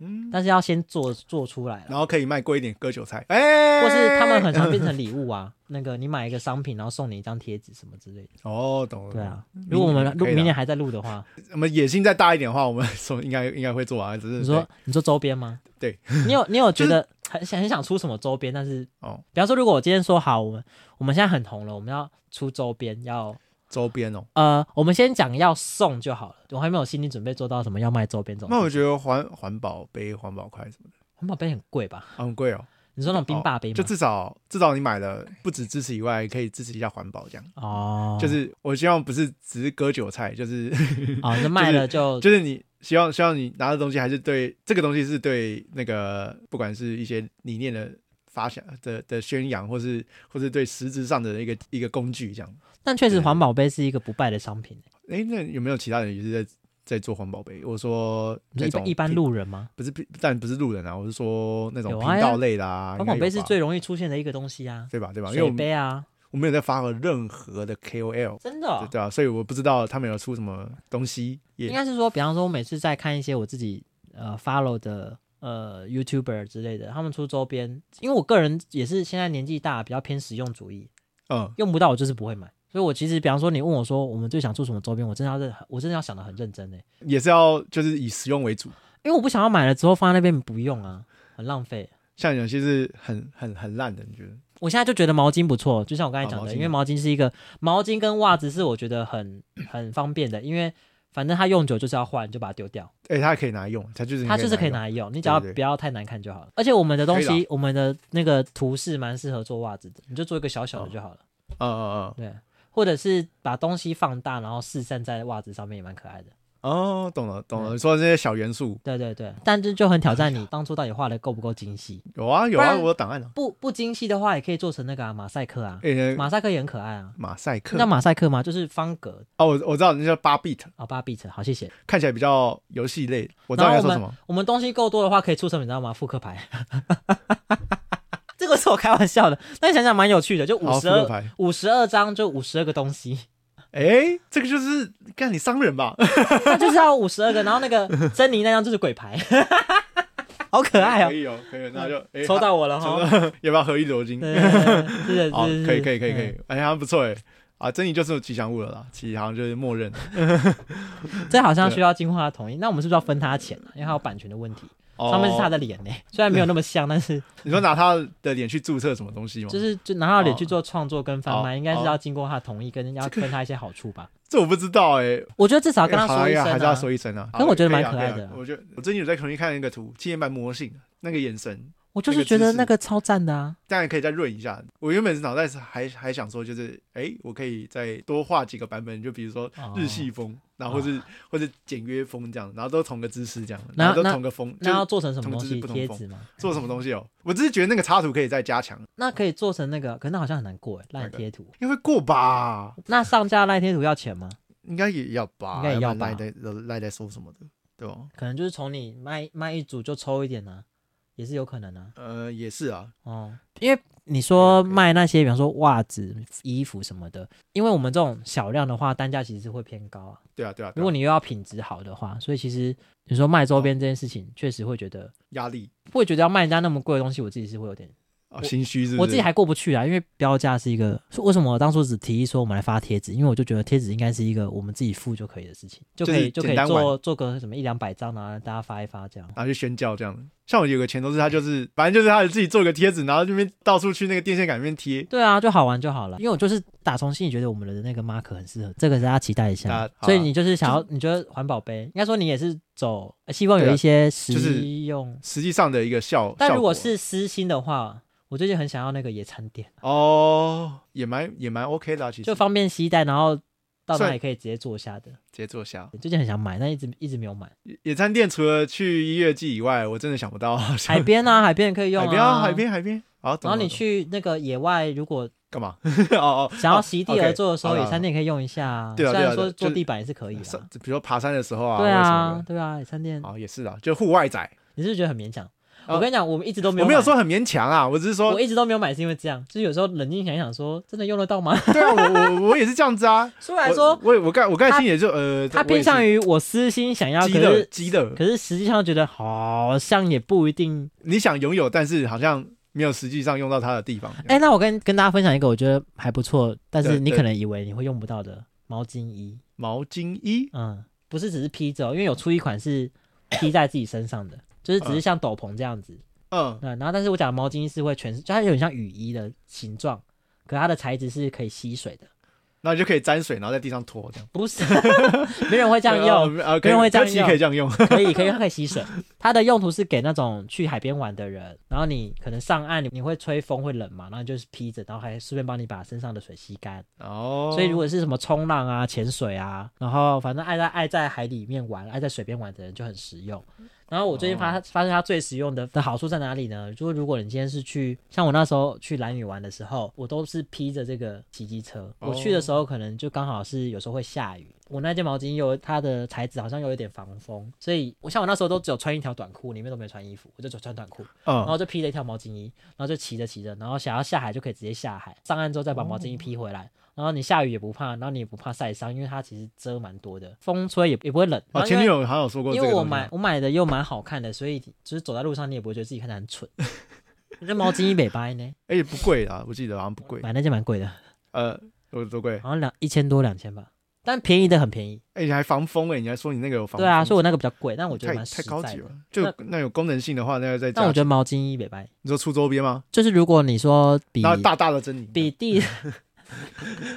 Speaker 2: 嗯，
Speaker 1: 但是要先做做出来了，
Speaker 2: 然后可以卖贵一点割韭菜，哎、
Speaker 1: 或是他们很常变成礼物啊， 那个你买一个商品，然后送你一张贴纸什么之类的。
Speaker 2: 哦，懂了。
Speaker 1: 对，啊，如果我们录
Speaker 2: 可以啦
Speaker 1: 明年还在录的话，
Speaker 2: 我们野心再大一点的话，我们 说应该应该会做啊完，只是
Speaker 1: 你说你说周边吗？
Speaker 2: 对，
Speaker 1: 你 有你有觉
Speaker 2: 就是
Speaker 1: 得很想很想出什么周边，但是
Speaker 2: 哦
Speaker 1: 比方说，如果我今天说好，我们我们现在很红了，我们要出周边要。
Speaker 2: 周边哦。
Speaker 1: 呃，我们先讲要送就好了，我还没有心理准备做到什么要卖周边这种
Speaker 2: 那
Speaker 1: 事
Speaker 2: 我
Speaker 1: 情。
Speaker 2: 觉得环环保杯、环保筷什么的
Speaker 1: 环保杯很贵吧？
Speaker 2: 啊很贵哦，
Speaker 1: 你说那种冰霸杯吗？
Speaker 2: 就至少至少你买了不止支持以外，可以支持一下环保，这样。
Speaker 1: 哦，
Speaker 2: 就是我希望不是只是割韭菜，就是
Speaker 1: 哦，那卖了就
Speaker 2: 就是你希望希望你拿的东西还是对这个东西是对那个不管是一些理念的发想的的宣扬，或是或是对实质上的一个一个工具这样。
Speaker 1: 但确实
Speaker 2: 对
Speaker 1: 环保杯是一个不败的商品欸。
Speaker 2: 哎，那有没有其他人也是在在做环保杯？我说
Speaker 1: 你说
Speaker 2: 那
Speaker 1: 一
Speaker 2: 种
Speaker 1: 般一般
Speaker 2: 频
Speaker 1: 路人吗？
Speaker 2: 不是频但不是路人啊，我是说那种
Speaker 1: 有
Speaker 2: 频
Speaker 1: 啊
Speaker 2: 道类的啊，
Speaker 1: 环
Speaker 2: 应该
Speaker 1: 保杯
Speaker 2: 有
Speaker 1: 是
Speaker 2: 吧
Speaker 1: 最容易出现的一个东西啊，
Speaker 2: 对吧？对吧？因为我
Speaker 1: 水
Speaker 2: 们
Speaker 1: 杯啊，
Speaker 2: 我没有在发过任何的 KOL，、
Speaker 1: 真的哦、
Speaker 2: 对对啊，所以我不知道他们有出什么东西，
Speaker 1: 应
Speaker 2: 也
Speaker 1: 该是说，比方说，我每次在看一些我自己呃 follow 的呃 YouTuber 之类的，他们出周边，因为我个人也是现在年纪大，比较偏实用主义，
Speaker 2: 嗯
Speaker 1: 用不到我就是不会买。所以我其实，比方说，你问我说我们最想出什么周边，我真的要认，我真的要想的很认真呢，欸
Speaker 2: 也是要就是以实用为主。
Speaker 1: 因为我不想要买了之后放在那边不用啊，很浪费。
Speaker 2: 像有些是很很很烂的，你觉得？
Speaker 1: 我现在就觉得毛巾不错，就像我刚才讲
Speaker 2: 啊
Speaker 1: 的，
Speaker 2: 毛巾
Speaker 1: 因为毛巾是一个毛巾跟袜子是我觉得很很方便的，因为反正它用久就是要换，你就把它丢掉，
Speaker 2: 哎、它可以拿来用，它就是
Speaker 1: 它就是可以
Speaker 2: 拿
Speaker 1: 拿
Speaker 2: 来
Speaker 1: 来用，你只要
Speaker 2: 对对
Speaker 1: 不要太难看就好了。而且我们的东
Speaker 2: 可以
Speaker 1: 西，我们的那个图示蛮适合做袜子的，你就做一个小小的就好了，
Speaker 2: 用。嗯嗯
Speaker 1: 对，或者是把东西放大，然后四散在袜子上面也蛮可爱的。
Speaker 2: 嗯，哦，懂了懂了。你说这些小元素
Speaker 1: 对对对，但这就很挑
Speaker 2: 哎
Speaker 1: 战你当初到底画的够不够精细，
Speaker 2: 有啊有
Speaker 1: 不
Speaker 2: 啊，
Speaker 1: 然
Speaker 2: 我有档案啊。
Speaker 1: 不不精细的话也可以做成那个啊马赛克啊，
Speaker 2: 哎、
Speaker 1: 马赛克也很可爱啊。
Speaker 2: 马赛
Speaker 1: 你
Speaker 2: 克
Speaker 1: 知道马赛克吗？就是方格
Speaker 2: 哦，我我知道那叫八 bit，
Speaker 1: 啊，八 bit，好，谢谢。
Speaker 2: 看起来比较游戏类。我知道你
Speaker 1: 然
Speaker 2: 要
Speaker 1: 后
Speaker 2: 说
Speaker 1: 我
Speaker 2: 什
Speaker 1: 们
Speaker 2: 么，
Speaker 1: 我们东西够多的话，可以出成你知道吗？复刻牌。 这个是我开玩笑的，但想想蛮有趣的，就五
Speaker 2: 好
Speaker 1: 十
Speaker 2: 扑克
Speaker 1: 二
Speaker 2: 牌。
Speaker 1: 五十二张，就五十二个东西，
Speaker 2: 哎、这个就是干你商人吧？
Speaker 1: 它就是要五十二个。然后那 个珍妮那张就是鬼牌， 好可爱
Speaker 2: 可
Speaker 1: 哦！
Speaker 2: 以哦，可以哦，那就、哎
Speaker 1: 抽
Speaker 2: 好
Speaker 1: 到我了
Speaker 2: 抽
Speaker 1: 哈！
Speaker 2: 要不要合一罗 巾？
Speaker 1: 对对对对对
Speaker 2: 好，
Speaker 1: 对，
Speaker 2: 可以可以可以可
Speaker 1: 嗯
Speaker 2: 以，哎，还不错哎。啊，珍妮就是吉祥物了啦，其实好像就是默认。
Speaker 1: 这好像需要经过他同意。那我们是不是要分他钱啊？因为他有版权的问题。
Speaker 2: 哦
Speaker 1: 上面是他的脸呢、虽然没有那么像，但是
Speaker 2: 你说拿他的脸去注册什么东西吗？
Speaker 1: 就是就拿到脸去做创作跟贩卖，
Speaker 2: 哦
Speaker 1: 应该是要经过他的同意，跟要分他一些好处吧。
Speaker 2: 这我不知道哎、欸，
Speaker 1: 我觉得至少要跟他
Speaker 2: 哎好
Speaker 1: 说
Speaker 2: 啦
Speaker 1: 一声、
Speaker 2: 还是要
Speaker 1: 啊。
Speaker 2: 说一声啊。
Speaker 1: 可是我觉得蛮
Speaker 2: 好
Speaker 1: 可爱的
Speaker 2: 以啊以啊我觉得我最近有在重新看那个图，纪念版魔性那个眼神，
Speaker 1: 我就是觉
Speaker 2: 那
Speaker 1: 得
Speaker 2: 个姿势
Speaker 1: 那个超赞的啊！
Speaker 2: 当然可以再润一下。我原本是脑袋是还还想说，就是哎、我可以再多画几个版本，就比如说
Speaker 1: 哦啊
Speaker 2: 日系风，然后或是、或者简约风这样，然后都同个姿势这样，
Speaker 1: 那
Speaker 2: 然后都
Speaker 1: 那
Speaker 2: 同个风，
Speaker 1: 那
Speaker 2: 就
Speaker 1: 要
Speaker 2: 是
Speaker 1: 做成什么东
Speaker 2: 同志
Speaker 1: 西？
Speaker 2: 不同
Speaker 1: 贴
Speaker 2: 风
Speaker 1: 纸吗？
Speaker 2: 做什么东西哦。我只是觉得那个插图可以再加强，
Speaker 1: 那可以做成那个，可是那好像很难过哎，烂
Speaker 2: 哪个
Speaker 1: 贴图。
Speaker 2: 应该会过吧？
Speaker 1: 那上架烂贴图要钱吗？
Speaker 2: 应该也要吧？
Speaker 1: 应该也要吧
Speaker 2: 赖在赖在说什么的，对吧？
Speaker 1: 可能就是从你卖卖一组就抽一点呢、也是有可能啊。
Speaker 2: 呃，也是啊，
Speaker 1: 哦，啊因为你说
Speaker 2: OK
Speaker 1: 卖那些，比方说袜子、衣服什么的，因为我们这种小量的话，单价其实是会偏高啊。
Speaker 2: 对啊，对啊，对
Speaker 1: 如
Speaker 2: 啊
Speaker 1: 果你又要品质好的话，所以其实你说卖周边这件事情，确实会觉得
Speaker 2: 压力
Speaker 1: 会觉得要卖人家那么贵的东西，我自己是会有点，
Speaker 2: 啊，
Speaker 1: 我
Speaker 2: 心虚是不是？
Speaker 1: 我自己还过不去啊。因为标价是一个，所以为什么我当初只提议说我们来发贴纸？因为我就觉得贴纸应该是一个我们自己付就可以的事情，就可以
Speaker 2: 就
Speaker 1: 就是可
Speaker 2: 简
Speaker 1: 以
Speaker 2: 单玩
Speaker 1: 做做个什么一两百张啊，大家发一发这样。
Speaker 2: 然后去宣教这样。像我有个前同事，他就是反正就是他自己做个贴纸，然后这边到处去那个电线杆那边贴。
Speaker 1: 对啊，就好玩就好了。因为我就是打从心里觉得我们的那个 mark 很适合，这个是大家期待一
Speaker 2: 那好
Speaker 1: 下
Speaker 2: 啊。
Speaker 1: 所以你就是想要，你觉得环保杯，应该说你也是走，呃希望有一些实用。
Speaker 2: 实际上的一个效，
Speaker 1: 但如果
Speaker 2: 效果
Speaker 1: 是私心的话，我最近很想要那个野餐垫，
Speaker 2: 哦，也蛮也蛮 OK 的、啊，其实
Speaker 1: 就方便携带，然后到
Speaker 2: 算
Speaker 1: 那里可以直接坐下的。
Speaker 2: 直接坐下。
Speaker 1: 最近很想买，但一直一直没有买。
Speaker 2: 野餐店除了去一月季以外，我真的想不到。海
Speaker 1: 海边啊，海边可以用
Speaker 2: 海边啊，海。边海边。好，懂
Speaker 1: 然后你
Speaker 2: 懂懂
Speaker 1: 去那个野外，如果
Speaker 2: 干嘛？ 哦哦，
Speaker 1: 想要
Speaker 2: 哦
Speaker 1: 席地
Speaker 2: OK，
Speaker 1: 而坐的时
Speaker 2: 好
Speaker 1: 候，
Speaker 2: 啦
Speaker 1: 野餐垫可以用一下啊。
Speaker 2: 对啊
Speaker 1: 虽
Speaker 2: 对啊
Speaker 1: 然
Speaker 2: 对
Speaker 1: 说
Speaker 2: 啊
Speaker 1: 坐
Speaker 2: 就
Speaker 1: 地板也是可以
Speaker 2: 上
Speaker 1: 的。
Speaker 2: 比如说爬山的时候啊，
Speaker 1: 对
Speaker 2: 或
Speaker 1: 啊
Speaker 2: 者，
Speaker 1: 对啊，野餐垫
Speaker 2: 什么的，好也是啊，就户外仔。
Speaker 1: 你是不是觉得很勉强？
Speaker 2: 啊
Speaker 1: 我跟你讲，我们一直都没
Speaker 2: 我
Speaker 1: 有，
Speaker 2: 没有，说很勉强啊，我只是说
Speaker 1: 我一直都没有买，是因为这样，就是有时候冷静想一想说真的用得到吗？
Speaker 2: 对啊，我我我也是这样子啊。
Speaker 1: 虽然说
Speaker 2: 我我我刚我刚才心里也就呃，
Speaker 1: 它偏向于我私心想要，可
Speaker 2: 鸡的
Speaker 1: 是
Speaker 2: 鸡的，
Speaker 1: 可是实际上觉得好像也不一定。
Speaker 2: 你想拥有，但是好像没有实际上用到它的地方。
Speaker 1: 哎，那我跟跟大家分享一个我觉得还不错，但
Speaker 2: 对
Speaker 1: 是你
Speaker 2: 对
Speaker 1: 可能以为你会用不到的毛巾衣，
Speaker 2: 毛巾衣
Speaker 1: 嗯，不是只是披着哦，因为有出一款 是披在自己身上的，就是只是像斗篷这样子。
Speaker 2: 嗯，
Speaker 1: 对，然后但是我讲的毛巾衣是会全，就它有点像雨衣的形状，可它的材质是可以吸水的。
Speaker 2: 那就可以沾水，然后在地上拖这样。
Speaker 1: 不是， 没人会这样用，
Speaker 2: 呃，呃可
Speaker 1: 没
Speaker 2: 以，
Speaker 1: 人会这样
Speaker 2: 可以可以这样用。
Speaker 1: 可以可以它可以吸水。它的用途是给那种去海边玩的人，然后你可能上岸你你会吹风会冷嘛，然后你就是披着，然后还顺便帮你把身上的水吸干。
Speaker 2: 哦，
Speaker 1: 所以如果是什么冲浪啊、潜水啊，然后反正爱在爱在海里面玩、爱在水边玩的人就很实用。然后我最近发、发现它最实用的的好处在哪里呢？就是如果你今天是去像我那时候去蓝屿玩的时候，我都是披着这个骑机车。我去的时候可能就刚好是有时候会下雨，我那件毛巾有它的材质好像有一点防风，所以我像我那时候都只有穿一条短裤，里面都没有穿衣服，我就只穿短裤。然
Speaker 2: 嗯，
Speaker 1: 后就披了一条毛巾衣，然后就骑着骑着，然后想要下海就可以直接下海，上岸之后再把毛巾衣披回来。
Speaker 2: 哦
Speaker 1: 然后你下雨也不怕，然后你也不怕晒伤，因为它其实遮蛮多的，风吹也也不会冷。然后
Speaker 2: 哦，
Speaker 1: 因
Speaker 2: 前
Speaker 1: 为
Speaker 2: 女友好像有说过这
Speaker 1: 因
Speaker 2: 个
Speaker 1: 为我
Speaker 2: 东西
Speaker 1: 买
Speaker 2: 吗。
Speaker 1: 我买的又蛮好看的，所以就是走在路上你也不会觉得自己看起来很蠢。那毛巾衣美白 呢，
Speaker 2: 哎，也不贵啦，我记得好像不贵。
Speaker 1: 买那件蛮贵的，
Speaker 2: 呃，我多贵？
Speaker 1: 好像两一千多两千吧，但便宜的很便宜。
Speaker 2: 哎，你还防风哎，你还说你那个有防风？
Speaker 1: 对啊，所以我那个比较贵，但我觉得
Speaker 2: 哦太
Speaker 1: 蛮
Speaker 2: 太
Speaker 1: 实
Speaker 2: 高
Speaker 1: 在
Speaker 2: 级
Speaker 1: 的。
Speaker 2: 了。就
Speaker 1: 那
Speaker 2: 那有功能性的话，那要再
Speaker 1: 但
Speaker 2: 加
Speaker 1: 我。觉得毛巾衣美白，
Speaker 2: 你说出周边吗？
Speaker 1: 就是如果你说比
Speaker 2: 然后大啊大的狰狞，
Speaker 1: 比 地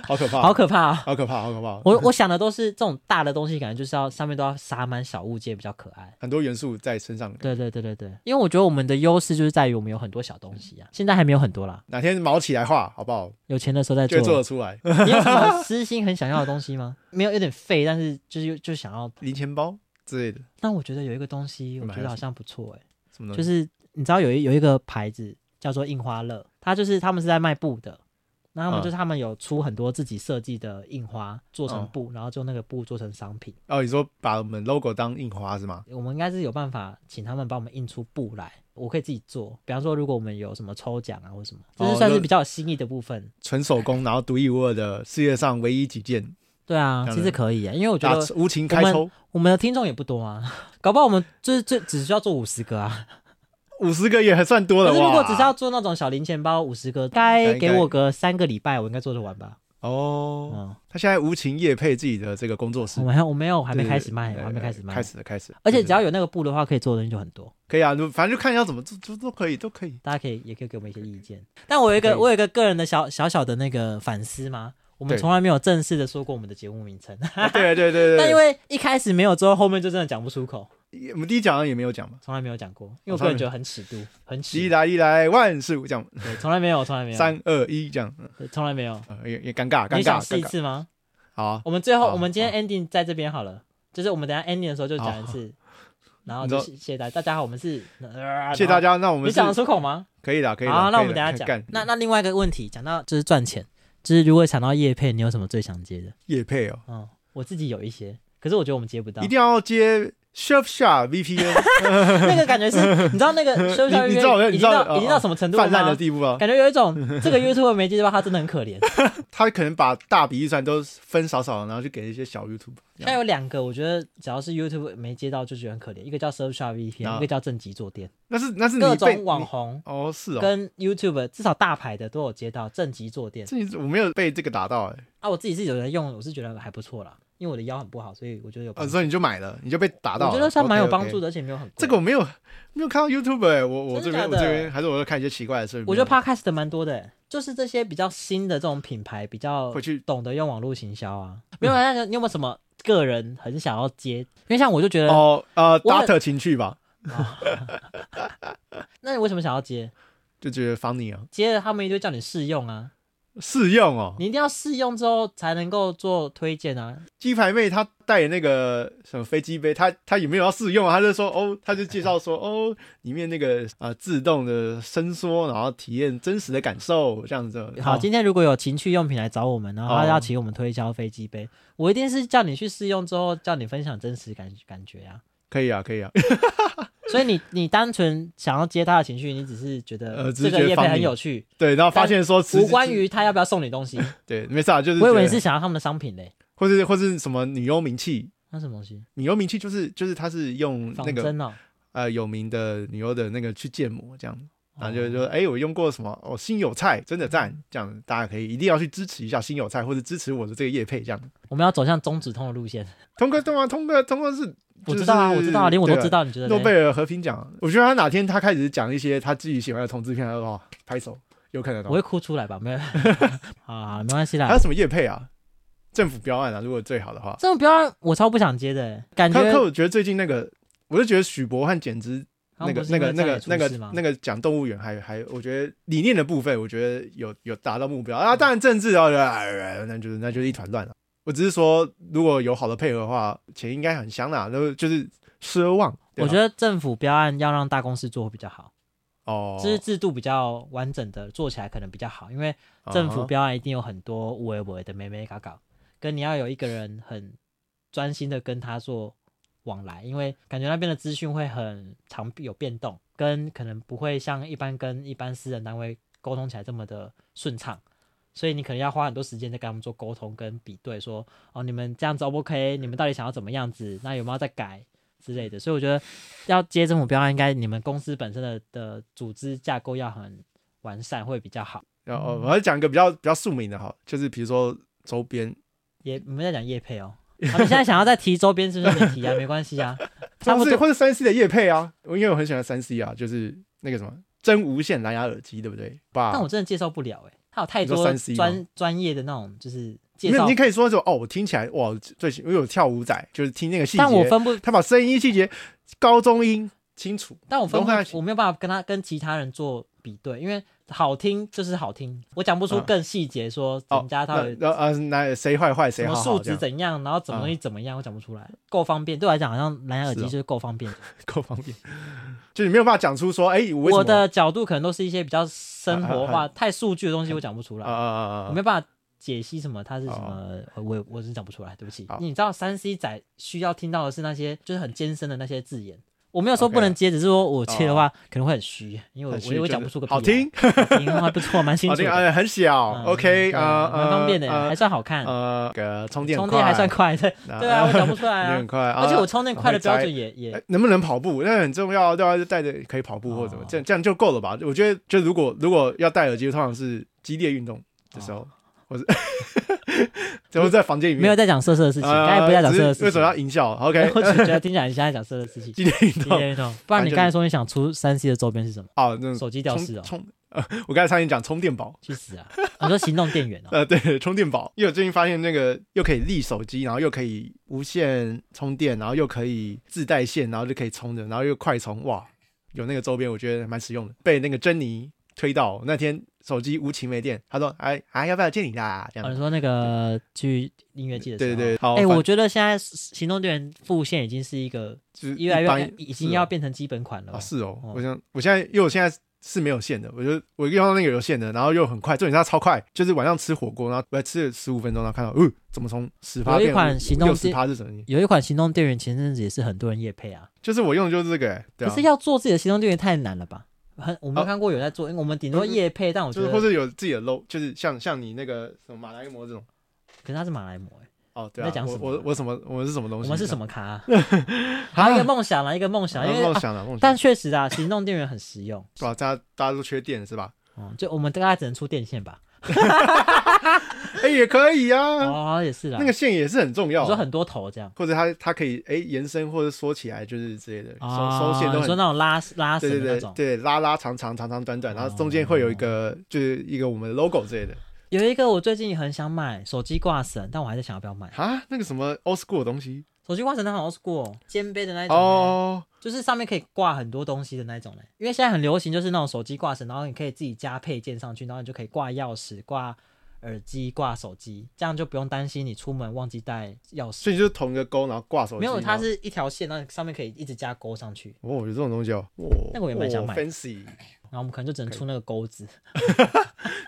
Speaker 2: 好可 怕，
Speaker 1: 好可怕、哦。
Speaker 2: 好可怕，好可怕，
Speaker 1: 我我想的都是这种大的东西，感觉就是要上面都要撒满小物件比较可爱。
Speaker 2: 很多元素在身上。
Speaker 1: 对对对对对，因为我觉得我们的优势就是在于我们有很多小东西啊，现在还没有很多啦，
Speaker 2: 哪天毛起来画好不好？
Speaker 1: 有钱的时候再
Speaker 2: 就
Speaker 1: 做。
Speaker 2: 做得出来。
Speaker 1: 你有什么私心很想要的东西吗？没有，有点废，但是就是又就想要。
Speaker 2: 零钱包之类的，
Speaker 1: 但我觉得有一个东西，我
Speaker 2: 买
Speaker 1: 觉
Speaker 2: 了
Speaker 1: 得
Speaker 2: 什
Speaker 1: 好
Speaker 2: 么嗯
Speaker 1: 像不错哎、
Speaker 2: 什么东西？
Speaker 1: 就是你知道有一有一个牌子叫做印花乐，它就是他们是在卖布的，然后他们
Speaker 2: 嗯
Speaker 1: 就是他们有出很多自己设计的印花做成
Speaker 2: 嗯
Speaker 1: 布，然后就那个布做成商品。
Speaker 2: 哦，你说把我们 logo 当印花是吗？
Speaker 1: 我们应该是有办法请他们帮我们印出布来，我可以自己做。比方说，如果我们有什么抽奖啊或什么，
Speaker 2: 哦
Speaker 1: 就是算是
Speaker 2: 就
Speaker 1: 比较有新意的部分。
Speaker 2: 纯手工，然后独一无二的，世界上唯一几件，
Speaker 1: 对啊
Speaker 2: 这，样
Speaker 1: 其
Speaker 2: 子
Speaker 1: 实可以耶，因为我觉
Speaker 2: 打
Speaker 1: 得
Speaker 2: 无情开抽
Speaker 1: 我们的听众也不多啊， 搞不好我们就是最只需要做五十个啊。
Speaker 2: 五十个也还算多
Speaker 1: 可
Speaker 2: 了
Speaker 1: 是如
Speaker 2: 哇！
Speaker 1: 果只是要做那种小零钱包五十个，该
Speaker 2: 应该
Speaker 1: 给我个三个礼拜，我应该做得完吧？
Speaker 2: 哦，
Speaker 1: 嗯，
Speaker 2: 他现在无情夜配自己的这个工作室
Speaker 1: 我，没有，我没有，我还没
Speaker 2: 对
Speaker 1: 开始卖，
Speaker 2: 对
Speaker 1: 我还没
Speaker 2: 对
Speaker 1: 开始卖。
Speaker 2: 开始了，开始了。
Speaker 1: 而且只要
Speaker 2: 有
Speaker 1: 有那个布的话，可以做的东西就很多。
Speaker 2: 可以啊，就反正就看要怎么做，都都可以，都可以。
Speaker 1: 大家可以也可以给我们一些意见。但我有一
Speaker 2: 可
Speaker 1: 个
Speaker 2: 以
Speaker 1: 我有一个个人的小小小的那个反思嘛，我们
Speaker 2: 对
Speaker 1: 从来没有正式的说过我们的节目名称，
Speaker 2: 啊对对 对对。
Speaker 1: 但因为一开始没有之后，后面就真的讲不出口，
Speaker 2: 也我们第一讲也没有讲嘛，
Speaker 1: 从来没有讲过，因为
Speaker 2: 哦
Speaker 1: 我个
Speaker 2: 从来
Speaker 1: 人觉得很尺度，很
Speaker 2: 一
Speaker 1: 尺，
Speaker 2: 来一来万事五这样，
Speaker 1: 对，从来没有，从来没有，
Speaker 2: 三二一这样，嗯
Speaker 1: 对从来没有。
Speaker 2: 呃也也尴尬尴
Speaker 1: 你
Speaker 2: 尬
Speaker 1: 想试
Speaker 2: 尴
Speaker 1: 一
Speaker 2: 尬。
Speaker 1: 次吗？
Speaker 2: 好啊，
Speaker 1: 我们最后，
Speaker 2: 好
Speaker 1: 我们今天 ending 在这边好了，就是我们等一下 ending 的时候就讲一次，然后就
Speaker 2: 你知
Speaker 1: 谢谢大家，大家好，我们是，谢
Speaker 2: 谢谢大。家。那我
Speaker 1: 啊然后你
Speaker 2: 们
Speaker 1: 讲得
Speaker 2: 是
Speaker 1: 出口吗？
Speaker 2: 可以的，可以的。
Speaker 1: 好啊，那我们
Speaker 2: 可以
Speaker 1: 等一
Speaker 2: 啦
Speaker 1: 下讲
Speaker 2: 干干。
Speaker 1: 那那另外一个问题，讲到就是赚钱，就是如果想到叶配，你有什么最想接的？
Speaker 2: 夜配哦，
Speaker 1: 嗯，我自己有一些，可是我觉得我们接不到
Speaker 2: 一，定要接 Surfshark VPN
Speaker 1: 那个感觉是，你知道那 个 social
Speaker 2: 你你知道
Speaker 1: media
Speaker 2: 你
Speaker 1: 已
Speaker 2: 知道
Speaker 1: 经
Speaker 2: 哦
Speaker 1: 到
Speaker 2: 哦
Speaker 1: 已经到什么程度了
Speaker 2: 泛滥的
Speaker 1: 吗？
Speaker 2: 地步啊，
Speaker 1: 感觉有一种这个 YouTube 没接到，他真的很 可怜。
Speaker 2: 他可能把大笔预算都分少少的，然后就给一些小 YouTube。
Speaker 1: 现在有两个，我觉得只要是 YouTube 没接到就觉得很可怜，一个叫 Surfshark VPN，
Speaker 2: 啊
Speaker 1: 一个叫正极坐垫，
Speaker 2: 那是那是
Speaker 1: 各
Speaker 2: 你被
Speaker 1: 种网
Speaker 2: 你
Speaker 1: 红
Speaker 2: 哦是哦，
Speaker 1: 跟 YouTube 至少大牌的都有接到正极坐垫
Speaker 2: 这我没有被这个打到哎，
Speaker 1: 啊。我自己是有人用，我是觉得还不错啦，因为我的腰很不好，所以我觉得有
Speaker 2: 啊
Speaker 1: 帮助。
Speaker 2: 所以你就买了，你就被打
Speaker 1: 嗯
Speaker 2: 到
Speaker 1: 我
Speaker 2: 了。
Speaker 1: 觉得算蛮有
Speaker 2: OK，OK
Speaker 1: 帮助的，而且没有很贵
Speaker 2: 这个我没有没有看到 YouTube 哎，我我这
Speaker 1: 真的
Speaker 2: 边我
Speaker 1: 假
Speaker 2: 这
Speaker 1: 的
Speaker 2: 边还是我要看一些奇怪的视频。啊
Speaker 1: 我觉得 podcast 蛮多的，欸就是这些比较新的这种品牌，比较
Speaker 2: 回去
Speaker 1: 懂得用网络行销啊。没有，那你有没有什么个人很想要接？因为像我就觉得，
Speaker 2: 哦呃
Speaker 1: 我
Speaker 2: ，Data 情趣吧，
Speaker 1: 那你为什么想要接？
Speaker 2: 就觉得 funny 啊，
Speaker 1: 接了他们一定会叫你试用啊，
Speaker 2: 试用哦。
Speaker 1: 你一定要试用之后才能够做推荐啊。
Speaker 2: 鸡排妹她带那个什么飞机杯，她她也没有要试用啊，她就说哦，她就介绍说哦，里面那个啊、呃自动的伸缩，然后体验真实的感受这样子。
Speaker 1: 好，
Speaker 2: 哦
Speaker 1: 今天如果有情趣用品来找我们，然后他
Speaker 2: 哦
Speaker 1: 要请我们推销飞机杯，我一定是叫你去试用之后，叫你分享真实感感觉啊。
Speaker 2: 可以啊，可以啊，
Speaker 1: 所以你你单纯想要接他的情绪，你只是觉
Speaker 2: 呃
Speaker 1: 得
Speaker 2: 只是
Speaker 1: 这
Speaker 2: 觉
Speaker 1: 个
Speaker 2: 得
Speaker 1: 业配
Speaker 2: 方
Speaker 1: 很
Speaker 2: 便
Speaker 1: 有趣，
Speaker 2: 对，然后发现说其实
Speaker 1: 无关于他要不要送你东西。
Speaker 2: 对，没事啊，就是
Speaker 1: 我以
Speaker 2: 觉
Speaker 1: 为
Speaker 2: 得
Speaker 1: 你是想要他们的商品嘞，
Speaker 2: 或是或是什么女优名气，
Speaker 1: 那什么东西？
Speaker 2: 女优名气就是就是她是用
Speaker 1: 仿
Speaker 2: 嗯那个
Speaker 1: 真哦，
Speaker 2: 呃有名的女优的那个去建模这样。然后就
Speaker 1: 哦
Speaker 2: 就说，哎、我用过什么？哦，新有菜真的赞，这样大家可以一定要去支持一下新有菜，或者支持我的这个叶配，这样。
Speaker 1: 我们要走向中止痛的路线。
Speaker 2: 通哥，通啊，通哥，通哥是，
Speaker 1: 我知道啊，
Speaker 2: 就
Speaker 1: 我
Speaker 2: 是
Speaker 1: 知道啊，连我都知
Speaker 2: 对啊。
Speaker 1: 道，你觉得
Speaker 2: 诺贝
Speaker 1: 嘞？
Speaker 2: 尔和平奖，我觉得他哪天他开始讲一些他自己喜欢的同志片，哇，拍手，有可能
Speaker 1: 我
Speaker 2: 哦。
Speaker 1: 会哭出来吧？ 没有，好好，没关系
Speaker 2: 还
Speaker 1: 啦
Speaker 2: 有。什么叶配啊？政府标案啊，如果最好的话。
Speaker 1: 这种标我超不想接的，感觉
Speaker 2: 可可，我觉得最近那个，我就觉得许博和简直
Speaker 1: 好
Speaker 2: 那
Speaker 1: 像
Speaker 2: 个
Speaker 1: 不是
Speaker 2: 那
Speaker 1: 因
Speaker 2: 个
Speaker 1: 为这
Speaker 2: 那
Speaker 1: 样也
Speaker 2: 个
Speaker 1: 出
Speaker 2: 那
Speaker 1: 事
Speaker 2: 个
Speaker 1: 吗
Speaker 2: 那个讲动物园还还，我觉得理念的部分，我觉得有有达到目标啊。当然政治啊，呃那就是那就是一团乱了。我只是说，如果有好的配合的话，钱应该很香啦。那就是奢望。对
Speaker 1: 我
Speaker 2: 吧啊
Speaker 1: 觉得政府标案要让大公司做会比较好，
Speaker 2: 哦，
Speaker 1: 就是制度比较完整的做起来可能比较好，因为政府
Speaker 2: 啊
Speaker 1: 标案一定有很多无为不为的美美嘎嘎，跟你要有一个人很专心的跟他做往来，因为感觉那边的资讯会很常有变动，跟可能不会像一般跟一般私人单位沟通起来这么的顺畅。所以你可能要花很多时间在跟他们做沟通跟比对说哦，你们这样子 O 不 OK？你们到底想要怎么样子？那有没有再改之类的？所以我觉得要接政府标案，应该你们公司本身的的组织架构要很完善，会比较好。
Speaker 2: 然后呃我要讲一个比较比较庶民的哈，就是比如说周边，
Speaker 1: 也你们在讲叶配哦。啊、你现在想要再提周边，是不是？你提啊，没关系 啊，差不
Speaker 2: 或是
Speaker 1: 多。
Speaker 2: 或者三 C 的叶配啊，我因为我很喜欢三 C 啊，就是那个什么真无线蓝牙耳机，对不对？
Speaker 1: 但
Speaker 2: 吧
Speaker 1: 我，真的介绍不了哎、它有太
Speaker 2: 你说
Speaker 1: 多
Speaker 2: 3C 吗
Speaker 1: 专专业的那种，就是介
Speaker 2: 没有，
Speaker 1: 绍
Speaker 2: 你，可以说说哦，我听起来哇，最喜因为我跳舞仔，就是听那个细节，
Speaker 1: 但我分不，
Speaker 2: 他把声音细节高中音清楚，
Speaker 1: 但我分
Speaker 2: 融合在一起
Speaker 1: 不，我没有办法跟他跟其他人做比对，因为好听就是好听，我讲不出
Speaker 2: 嗯
Speaker 1: 更细节，说
Speaker 2: 哦
Speaker 1: 人，家啊他
Speaker 2: 那
Speaker 1: 有
Speaker 2: 那呃那谁坏坏
Speaker 1: 什
Speaker 2: 谁
Speaker 1: 么
Speaker 2: 好
Speaker 1: 数
Speaker 2: 好这
Speaker 1: 值
Speaker 2: 样，嗯
Speaker 1: 怎样，然后怎么东西怎么样，我讲不出来，够方便。对我来讲，好像蓝牙耳机
Speaker 2: 是哦
Speaker 1: 就是够方便。
Speaker 2: 各方面，就你没有办法讲出说，哎，我为什么
Speaker 1: 我的角度可能都是一些比较生活
Speaker 2: 啊啊
Speaker 1: 化、太数据的东西，我讲不出
Speaker 2: 啊
Speaker 1: 来。
Speaker 2: 啊啊啊
Speaker 1: 我
Speaker 2: 啊
Speaker 1: 没办法解析什么，它是什么
Speaker 2: 哦，
Speaker 1: 呃我我真讲不出来，对不起
Speaker 2: 好。
Speaker 1: 你知道三 C 仔需要听到的是那些就是很艰深的那些字眼，我没有说
Speaker 2: OK 哦
Speaker 1: 不能接，只是说我切的话可能会很虚，因为
Speaker 2: 很虚
Speaker 1: 我我我讲不出个
Speaker 2: 就是好
Speaker 1: 屁来
Speaker 2: 听，
Speaker 1: 好听还不错，蛮清
Speaker 2: 好
Speaker 1: 楚
Speaker 2: 听，
Speaker 1: 的。
Speaker 2: 呃，很小
Speaker 1: 嗯
Speaker 2: ，OK，
Speaker 1: 对
Speaker 2: 呃，
Speaker 1: 蛮方便的，
Speaker 2: 呃
Speaker 1: 还算好看，
Speaker 2: 呃，那个充电
Speaker 1: 充电还算快，对
Speaker 2: 快
Speaker 1: 对 啊，我讲不出来
Speaker 2: 有
Speaker 1: 啊
Speaker 2: 点。快，啊
Speaker 1: 而且我充电快的标
Speaker 2: 我会
Speaker 1: 准也也
Speaker 2: 哎能不能跑步那很重要，对吧、就带着可以跑步或者怎么，
Speaker 1: 哦
Speaker 2: 这样这样就够了吧？我觉得，就如果如果要戴耳机，通常是激烈运动的时候，怎么在房间里面
Speaker 1: 没有在讲色色的事情，刚才不是在讲色色的
Speaker 2: 呃
Speaker 1: 事情。
Speaker 2: 只是为什么要营销 ？OK，
Speaker 1: 我只觉得听起来你现在讲色色的事情。
Speaker 2: 今天运
Speaker 1: 今
Speaker 2: 动
Speaker 1: 天运动，不然你刚才说你想出三 C 的周边是什么？
Speaker 2: 哦，那种
Speaker 1: 手机吊饰哦，
Speaker 2: 充充，呃，我刚才差点讲充电宝，
Speaker 1: 去死啊！你说行动电源哦，
Speaker 2: 呃， 对，充电宝，因为我最近发现那个又可以立手机，然后又可以无线充电，然后又可以自带线，然后就可以充着，然后又快充，哇，有那个周边，我觉得蛮实用的。被那个珍妮推到，那天手机无情没电，她说，哎哎，要不要借你啦？这
Speaker 1: 哦
Speaker 2: 样
Speaker 1: 你
Speaker 2: 子，
Speaker 1: 说那个去音乐季的时
Speaker 2: 对
Speaker 1: 候，
Speaker 2: 对对，好，
Speaker 1: 哎，我
Speaker 2: 反
Speaker 1: 觉得现在行动电源复线已经是一个
Speaker 2: 就是
Speaker 1: 越来
Speaker 2: 一般
Speaker 1: 越已经
Speaker 2: 是哦
Speaker 1: 要变成基本款了
Speaker 2: 啊，
Speaker 1: 哦。
Speaker 2: 是哦，
Speaker 1: 哦
Speaker 2: 我想我现在因为我现在是没有线的，我就我用到那个有线的，然后又很快，重点是它超快，就是晚上吃火锅，然后我吃了十五分钟，然后看到，哦、怎么从十趴
Speaker 1: 有一
Speaker 2: 变
Speaker 1: 款行动
Speaker 2: 六十趴是什么？
Speaker 1: 有一款行动电源前阵子也是很多人夜配啊，
Speaker 2: 就是我用的就是这个、欸，对
Speaker 1: 可
Speaker 2: 啊
Speaker 1: 是，要做自己的行动电源太难了吧？很，我没有
Speaker 2: 哦呃
Speaker 1: 看过有人在做，因为我们顶多夜配，但我觉
Speaker 2: 就是
Speaker 1: 得
Speaker 2: 或是有自己的 low，就是像像你那个什么马来模这种，
Speaker 1: 可是他是马来模欸，
Speaker 2: 哦，对啊，
Speaker 1: 你在讲
Speaker 2: 我
Speaker 1: 什么
Speaker 2: 我我什么我们是什么东
Speaker 1: 我
Speaker 2: 西？
Speaker 1: 们是什
Speaker 2: 么？
Speaker 1: 么咖 啊？还有一个梦想啦，一个梦想，
Speaker 2: 啊
Speaker 1: 因为
Speaker 2: 梦
Speaker 1: 啊
Speaker 2: 想了，梦想，
Speaker 1: 但确实啊，行动电源很实用，
Speaker 2: 对啊，大家大家都缺电是吧？
Speaker 1: 嗯，就我们大概只能出电线吧。
Speaker 2: 哎，也可以啊，
Speaker 1: 哦，也是啦，
Speaker 2: 那个线也是哦很重要啊
Speaker 1: 你说。很多头这样
Speaker 2: 或者它它可以哎延伸或者缩起来，就是之类的，
Speaker 1: 啊，
Speaker 2: 收收线都
Speaker 1: 你
Speaker 2: 很
Speaker 1: 说那种拉拉绳
Speaker 2: 对
Speaker 1: 的
Speaker 2: 对
Speaker 1: 那
Speaker 2: 对
Speaker 1: 种，哦
Speaker 2: 对，拉拉长长长长短短，然后中间会有一个就是一个我们的 logo 之类的
Speaker 1: 有一个我最近也很想买手机挂绳，但我还在想要不要买
Speaker 2: 啊，那个什么 old school 的东西
Speaker 1: 手机挂绳，它好像是过肩背的那一种欸，
Speaker 2: 哦，
Speaker 1: 就是上面可以挂很多东西的那一种嘞。欸因为现在很流行就是那种手机挂绳，然后你可以自己加配件上去，然后你就可以挂钥匙、挂耳机、挂手机，这样就不用担心你出门忘记带钥匙。
Speaker 2: 所以就是同一个钩，然后挂手机，
Speaker 1: 没有，它
Speaker 2: 然后
Speaker 1: 是一条线，那上面可以一直加钩上去，
Speaker 2: 哦，有这种东西哦，哇
Speaker 1: 那个我也蛮想买
Speaker 2: 哇 fancy，
Speaker 1: 然后我们可能就只能出那个钩 子。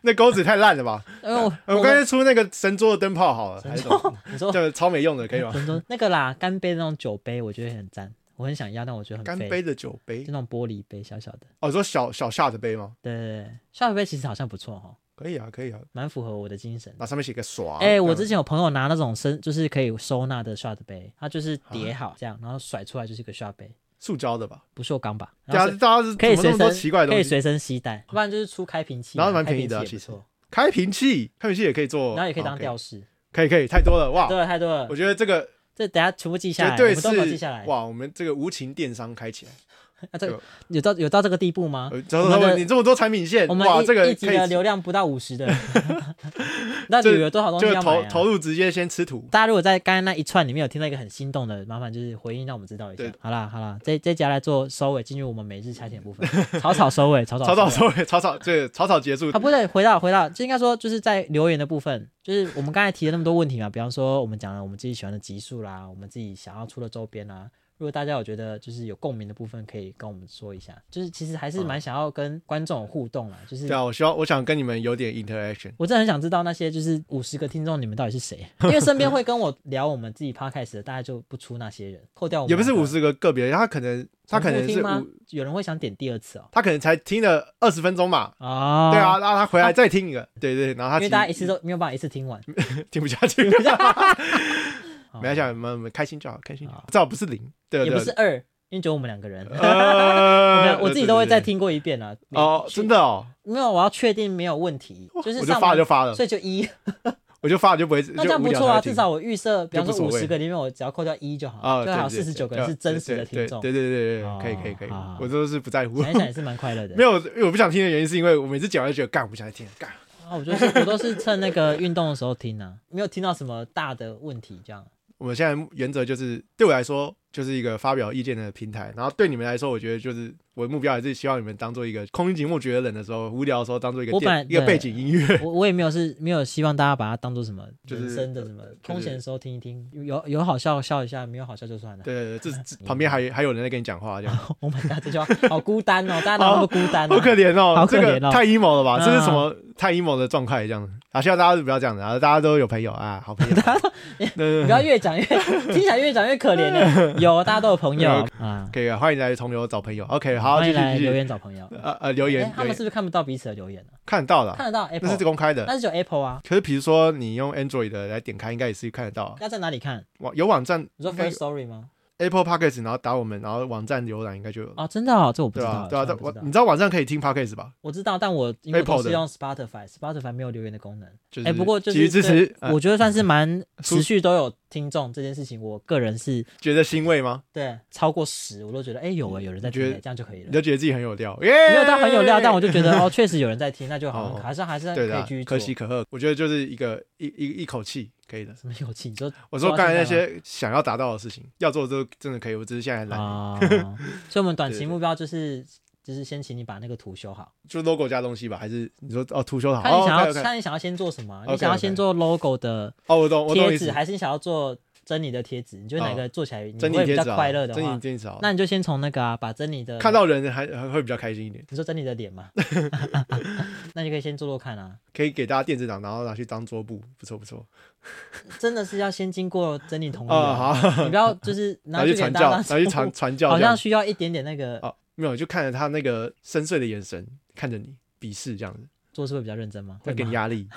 Speaker 2: 那钩子太烂了吧？
Speaker 1: 因为 我
Speaker 2: 呃我刚才出那个神桌的灯泡好了，还是什么
Speaker 1: 你说
Speaker 2: 就是超没啊用的，可以吗？
Speaker 1: 伦敦那个啦，干杯的那种酒杯，我觉得很赞，我很想要，但我觉得
Speaker 2: 干
Speaker 1: 很
Speaker 2: 杯
Speaker 1: 废，
Speaker 2: 的酒杯
Speaker 1: 就那种玻璃杯，小小的。
Speaker 2: 哦，你说小小下的杯吗？
Speaker 1: 对对对，下酒杯其实好像不错哈，
Speaker 2: 可以啊，可以啊，
Speaker 1: 蛮符合我的精神。
Speaker 2: 哦那上面写个爽。
Speaker 1: 哎、我
Speaker 2: 这
Speaker 1: 之
Speaker 2: 样
Speaker 1: 前有朋友拿那种深，就是可以收纳的 shot 杯，它就是
Speaker 2: 啊
Speaker 1: 叠好这样，然后甩出来就是一个 shot 杯，
Speaker 2: 塑胶的吧，
Speaker 1: 不锈钢吧，
Speaker 2: 大
Speaker 1: 然
Speaker 2: 家
Speaker 1: 后
Speaker 2: 大家是
Speaker 1: 可以
Speaker 2: 啊怎么
Speaker 1: 随
Speaker 2: 那么多
Speaker 1: 身
Speaker 2: 奇怪的
Speaker 1: 可以
Speaker 2: 东西，
Speaker 1: 随身携带，不然就是出开瓶器嘛，
Speaker 2: 然后蛮便宜的啊
Speaker 1: 开瓶器也
Speaker 2: 其
Speaker 1: 不
Speaker 2: 实
Speaker 1: 错，
Speaker 2: 开瓶器，开瓶器也可以做，
Speaker 1: 然后也可以当
Speaker 2: 哦
Speaker 1: 吊饰，
Speaker 2: 可以可以，太多了哇！
Speaker 1: 对了，太多了
Speaker 2: 我，觉得这个
Speaker 1: 这等下全部记下来，
Speaker 2: 绝
Speaker 1: 我
Speaker 2: 对
Speaker 1: 们都没有记下
Speaker 2: 是
Speaker 1: 来。
Speaker 2: 哇，我们这个无情电商开起来。
Speaker 1: 那这个
Speaker 2: 有
Speaker 1: 有到有到这个地步吗？
Speaker 2: 呃，
Speaker 1: 我
Speaker 2: 走
Speaker 1: 们
Speaker 2: 走
Speaker 1: 的
Speaker 2: 走，你这么多产品线，
Speaker 1: 我们
Speaker 2: 哇，
Speaker 1: 一
Speaker 2: 这
Speaker 1: 一
Speaker 2: 个
Speaker 1: 集
Speaker 2: 可
Speaker 1: 的
Speaker 2: 以
Speaker 1: 流量不到五 十的，那
Speaker 2: 这
Speaker 1: 旅有多少东西
Speaker 2: 就
Speaker 1: 要买、
Speaker 2: 投
Speaker 1: 啊？
Speaker 2: 投入直接先吃土。
Speaker 1: 大家如果在刚才那一串里面有听到一个很心动的，麻烦就是回应，让我们知道一下
Speaker 2: 对。
Speaker 1: 好啦好啦，这这节来做收尾，进入我们每日拆解部分，草草收尾，草草
Speaker 2: 草草
Speaker 1: 尾。
Speaker 2: 收尾，草草对，草草结束
Speaker 1: 啊，。不对，回到回到，就应该说就是在留言的部分，就是我们刚才提了那么多问题嘛，比方说我们讲了我们自己喜欢的集数啦，我们自己想要出的周边啦。如果大家有觉得就是有共鸣的部分，可以跟我们说一下。就是其实还是蛮想要跟观众有互动啦，就是
Speaker 2: 嗯对啊，我希望我想跟你们有点 interaction。
Speaker 1: 我真的很想知道那些就是五十个听众你们到底是谁，因为身边会跟我聊我们自己 podcast 的，大概就不出那些人，扣哦掉我们
Speaker 2: 也不是
Speaker 1: 两个
Speaker 2: 五，十个个别，他可能他可能
Speaker 1: 重复
Speaker 2: 是
Speaker 1: 听吗
Speaker 2: 五，？
Speaker 1: 有人会想点第二次哦。
Speaker 2: 他可能才听了二十分钟嘛。
Speaker 1: 啊
Speaker 2: 对啊，，然后他回来再听一个，对对，然后他
Speaker 1: 因为大家
Speaker 2: 其
Speaker 1: 一
Speaker 2: 实
Speaker 1: 次都没有办法一次听完，
Speaker 2: 听不下去，
Speaker 1: 哦
Speaker 2: 没关系，啊我们我们开心就好，开心就好
Speaker 1: 好，
Speaker 2: 至少不是零，对
Speaker 1: 也
Speaker 2: 对啊
Speaker 1: 不是二，因为只有我们两个人， 我们
Speaker 2: 呃
Speaker 1: 俩我自己都会再听过一遍啊。
Speaker 2: 对对对哦，真的哦，
Speaker 1: 没有，我要确定没有问题，就是
Speaker 2: 我就
Speaker 1: 上
Speaker 2: 发
Speaker 1: 完
Speaker 2: 了就发了，
Speaker 1: 所以就一，
Speaker 2: 我就发了就不会，
Speaker 1: 那
Speaker 2: 就
Speaker 1: 这样
Speaker 2: 无
Speaker 1: 不
Speaker 2: 聊
Speaker 1: 错
Speaker 2: 才
Speaker 1: 啊，
Speaker 2: 听
Speaker 1: 至少我预设，比方说
Speaker 2: 就无
Speaker 1: 五
Speaker 2: 所谓
Speaker 1: 十个里面我只要扣掉一就好
Speaker 2: 啊，
Speaker 1: 了，就还有
Speaker 2: 对对
Speaker 1: 四十九个
Speaker 2: 对
Speaker 1: 人是真实的听众
Speaker 2: 对，对对对
Speaker 1: 哦
Speaker 2: 对，可以可以可以
Speaker 1: 好好，
Speaker 2: 我都是不在乎，
Speaker 1: 想一想也是蛮快乐的
Speaker 2: 没。有，因为我不想听的原因是因为我每次讲完就觉得干，我不想再听了，干，
Speaker 1: 啊，我就是我都是趁那个运动的时候听啊， 没有听到什么大的问题这样。
Speaker 2: 我们现在原则就是，对我来说就是一个发表意见的平台，然后对你们来说，我觉得就是我的目标还是希望你们当做一个空音节目，觉得冷的时候、无聊的时候，当做一个
Speaker 1: 我本来
Speaker 2: 电一个
Speaker 1: 对
Speaker 2: 背景音 乐。
Speaker 1: 我我也没有是没有希望大家把它当做什么
Speaker 2: 就是呃
Speaker 1: 人生的什么，空
Speaker 2: 就是
Speaker 1: 闲的时候听一听，有有好笑笑一下，没有好笑就算了。
Speaker 2: 对对对，这这旁边还有还有人在跟你讲 话，这样
Speaker 1: Oh my god，这句话好孤单 哦，大家都那么孤单
Speaker 2: 好
Speaker 1: 哦。
Speaker 2: 可怜哦，
Speaker 1: 好可怜哦
Speaker 2: 这个太 emo 了吧？
Speaker 1: 嗯
Speaker 2: 这是什么太 emo 的状态？这样啊，希望大家不要这样子啊，大家都有朋友啊，好朋友。
Speaker 1: 不要越讲越听起来越讲越可怜 了。有，大家都有朋友啊，
Speaker 2: 可以啊，欢迎来从流找朋友。OK，好，
Speaker 1: 欢
Speaker 2: 继
Speaker 1: 迎
Speaker 2: 续
Speaker 1: 来
Speaker 2: 继
Speaker 1: 留
Speaker 2: 续。
Speaker 1: 言找朋友。
Speaker 2: 呃呃，留
Speaker 1: 哎
Speaker 2: 言，
Speaker 1: 他们
Speaker 2: 留言
Speaker 1: 是不是看不到彼此的留言呢？
Speaker 2: 看得到了，
Speaker 1: 看得到
Speaker 2: 那是
Speaker 1: Apple，
Speaker 2: 公开的。
Speaker 1: 但是有 Apple 啊，
Speaker 2: 可是比如说你用 Android 的来点开，应该也是看得到啊。
Speaker 1: 要在哪里看？
Speaker 2: 网有网站
Speaker 1: 你说
Speaker 2: 应该
Speaker 1: First Story 吗？
Speaker 2: Apple Podcast，然后打我们，然后网站浏览应该就有了，
Speaker 1: 哦，真的哦，这我不
Speaker 2: 对
Speaker 1: 知
Speaker 2: 吧
Speaker 1: 道，？
Speaker 2: 对啊，
Speaker 1: 这
Speaker 2: 但
Speaker 1: 我不
Speaker 2: 我
Speaker 1: 知道
Speaker 2: 你知道网站可以听 Podcast 吧？
Speaker 1: 我知道，但我因为我
Speaker 2: Apple
Speaker 1: 是
Speaker 2: 的
Speaker 1: 用 Spotify，Spotify 没有留言的功能，
Speaker 2: 就是
Speaker 1: 哎不过就是
Speaker 2: 给予支持，呃
Speaker 1: 我觉得算是蛮
Speaker 2: 苏
Speaker 1: 持续都有听众这件事情，我个人是
Speaker 2: 觉得欣慰吗？
Speaker 1: 对超过十我都觉得哎、有哎、有人在听、
Speaker 2: 你觉
Speaker 1: 哎
Speaker 2: 得
Speaker 1: 这样就可以
Speaker 2: 你
Speaker 1: 了。
Speaker 2: 就觉得自己很有料，耶
Speaker 1: 没有到很有料，但我就觉 得哦，确实有人在听，那就好
Speaker 2: 哦
Speaker 1: 像还是还是
Speaker 2: 对
Speaker 1: 可以
Speaker 2: 的啊
Speaker 1: 继续，做。
Speaker 2: 可喜可贺。我觉得就是一个一一一口气可以的。
Speaker 1: 什么有气？你 说
Speaker 2: 我说
Speaker 1: 做到
Speaker 2: 刚才那
Speaker 1: 现在
Speaker 2: 些想要达到的事情，要做都真的可以，我只是现在还懒，
Speaker 1: 啊， 所以我们短期目标就是就是先请你把那个图修好，
Speaker 2: 就 logo 加东西吧，还是你说哦图修好，
Speaker 1: 看你
Speaker 2: 哦
Speaker 1: 想要
Speaker 2: OK，OK
Speaker 1: 看你想要先做什么啊，你
Speaker 2: OK，
Speaker 1: 想要
Speaker 2: OK
Speaker 1: 先做 logo 的
Speaker 2: 哦，我懂我懂
Speaker 1: 贴
Speaker 2: 意思哦
Speaker 1: 纸，，还是你想要做珍妮的贴纸？你觉得哪个做起来你
Speaker 2: 真理
Speaker 1: 会比
Speaker 2: 贴
Speaker 1: 较
Speaker 2: 纸啊，
Speaker 1: 快乐的
Speaker 2: 真理
Speaker 1: 话，
Speaker 2: 贴纸好，
Speaker 1: 那你就先从那个啊，把珍妮的
Speaker 2: 看到人还呃还会比较开心一点，
Speaker 1: 你说珍妮的脸 嘛， 那你可以先做做看啊，
Speaker 2: 可以给大家电子档，然后拿去当桌布，不错不错。
Speaker 1: 真的是要先经过珍妮同意
Speaker 2: 啊，
Speaker 1: 啊，
Speaker 2: 好，
Speaker 1: 你不要就是拿
Speaker 2: 拿去
Speaker 1: 给
Speaker 2: 传
Speaker 1: 大
Speaker 2: 教，
Speaker 1: 家
Speaker 2: 拿
Speaker 1: 当
Speaker 2: 去
Speaker 1: 做
Speaker 2: 传传教
Speaker 1: 好
Speaker 2: 这样
Speaker 1: 像
Speaker 2: 子，
Speaker 1: 需要一点点那个
Speaker 2: 哦，没有，就看着他那个深邃的眼神看着你，鄙视这样子，
Speaker 1: 做事会比较认真吗？
Speaker 2: 会
Speaker 1: 会
Speaker 2: 给你
Speaker 1: 吗？
Speaker 2: 压 力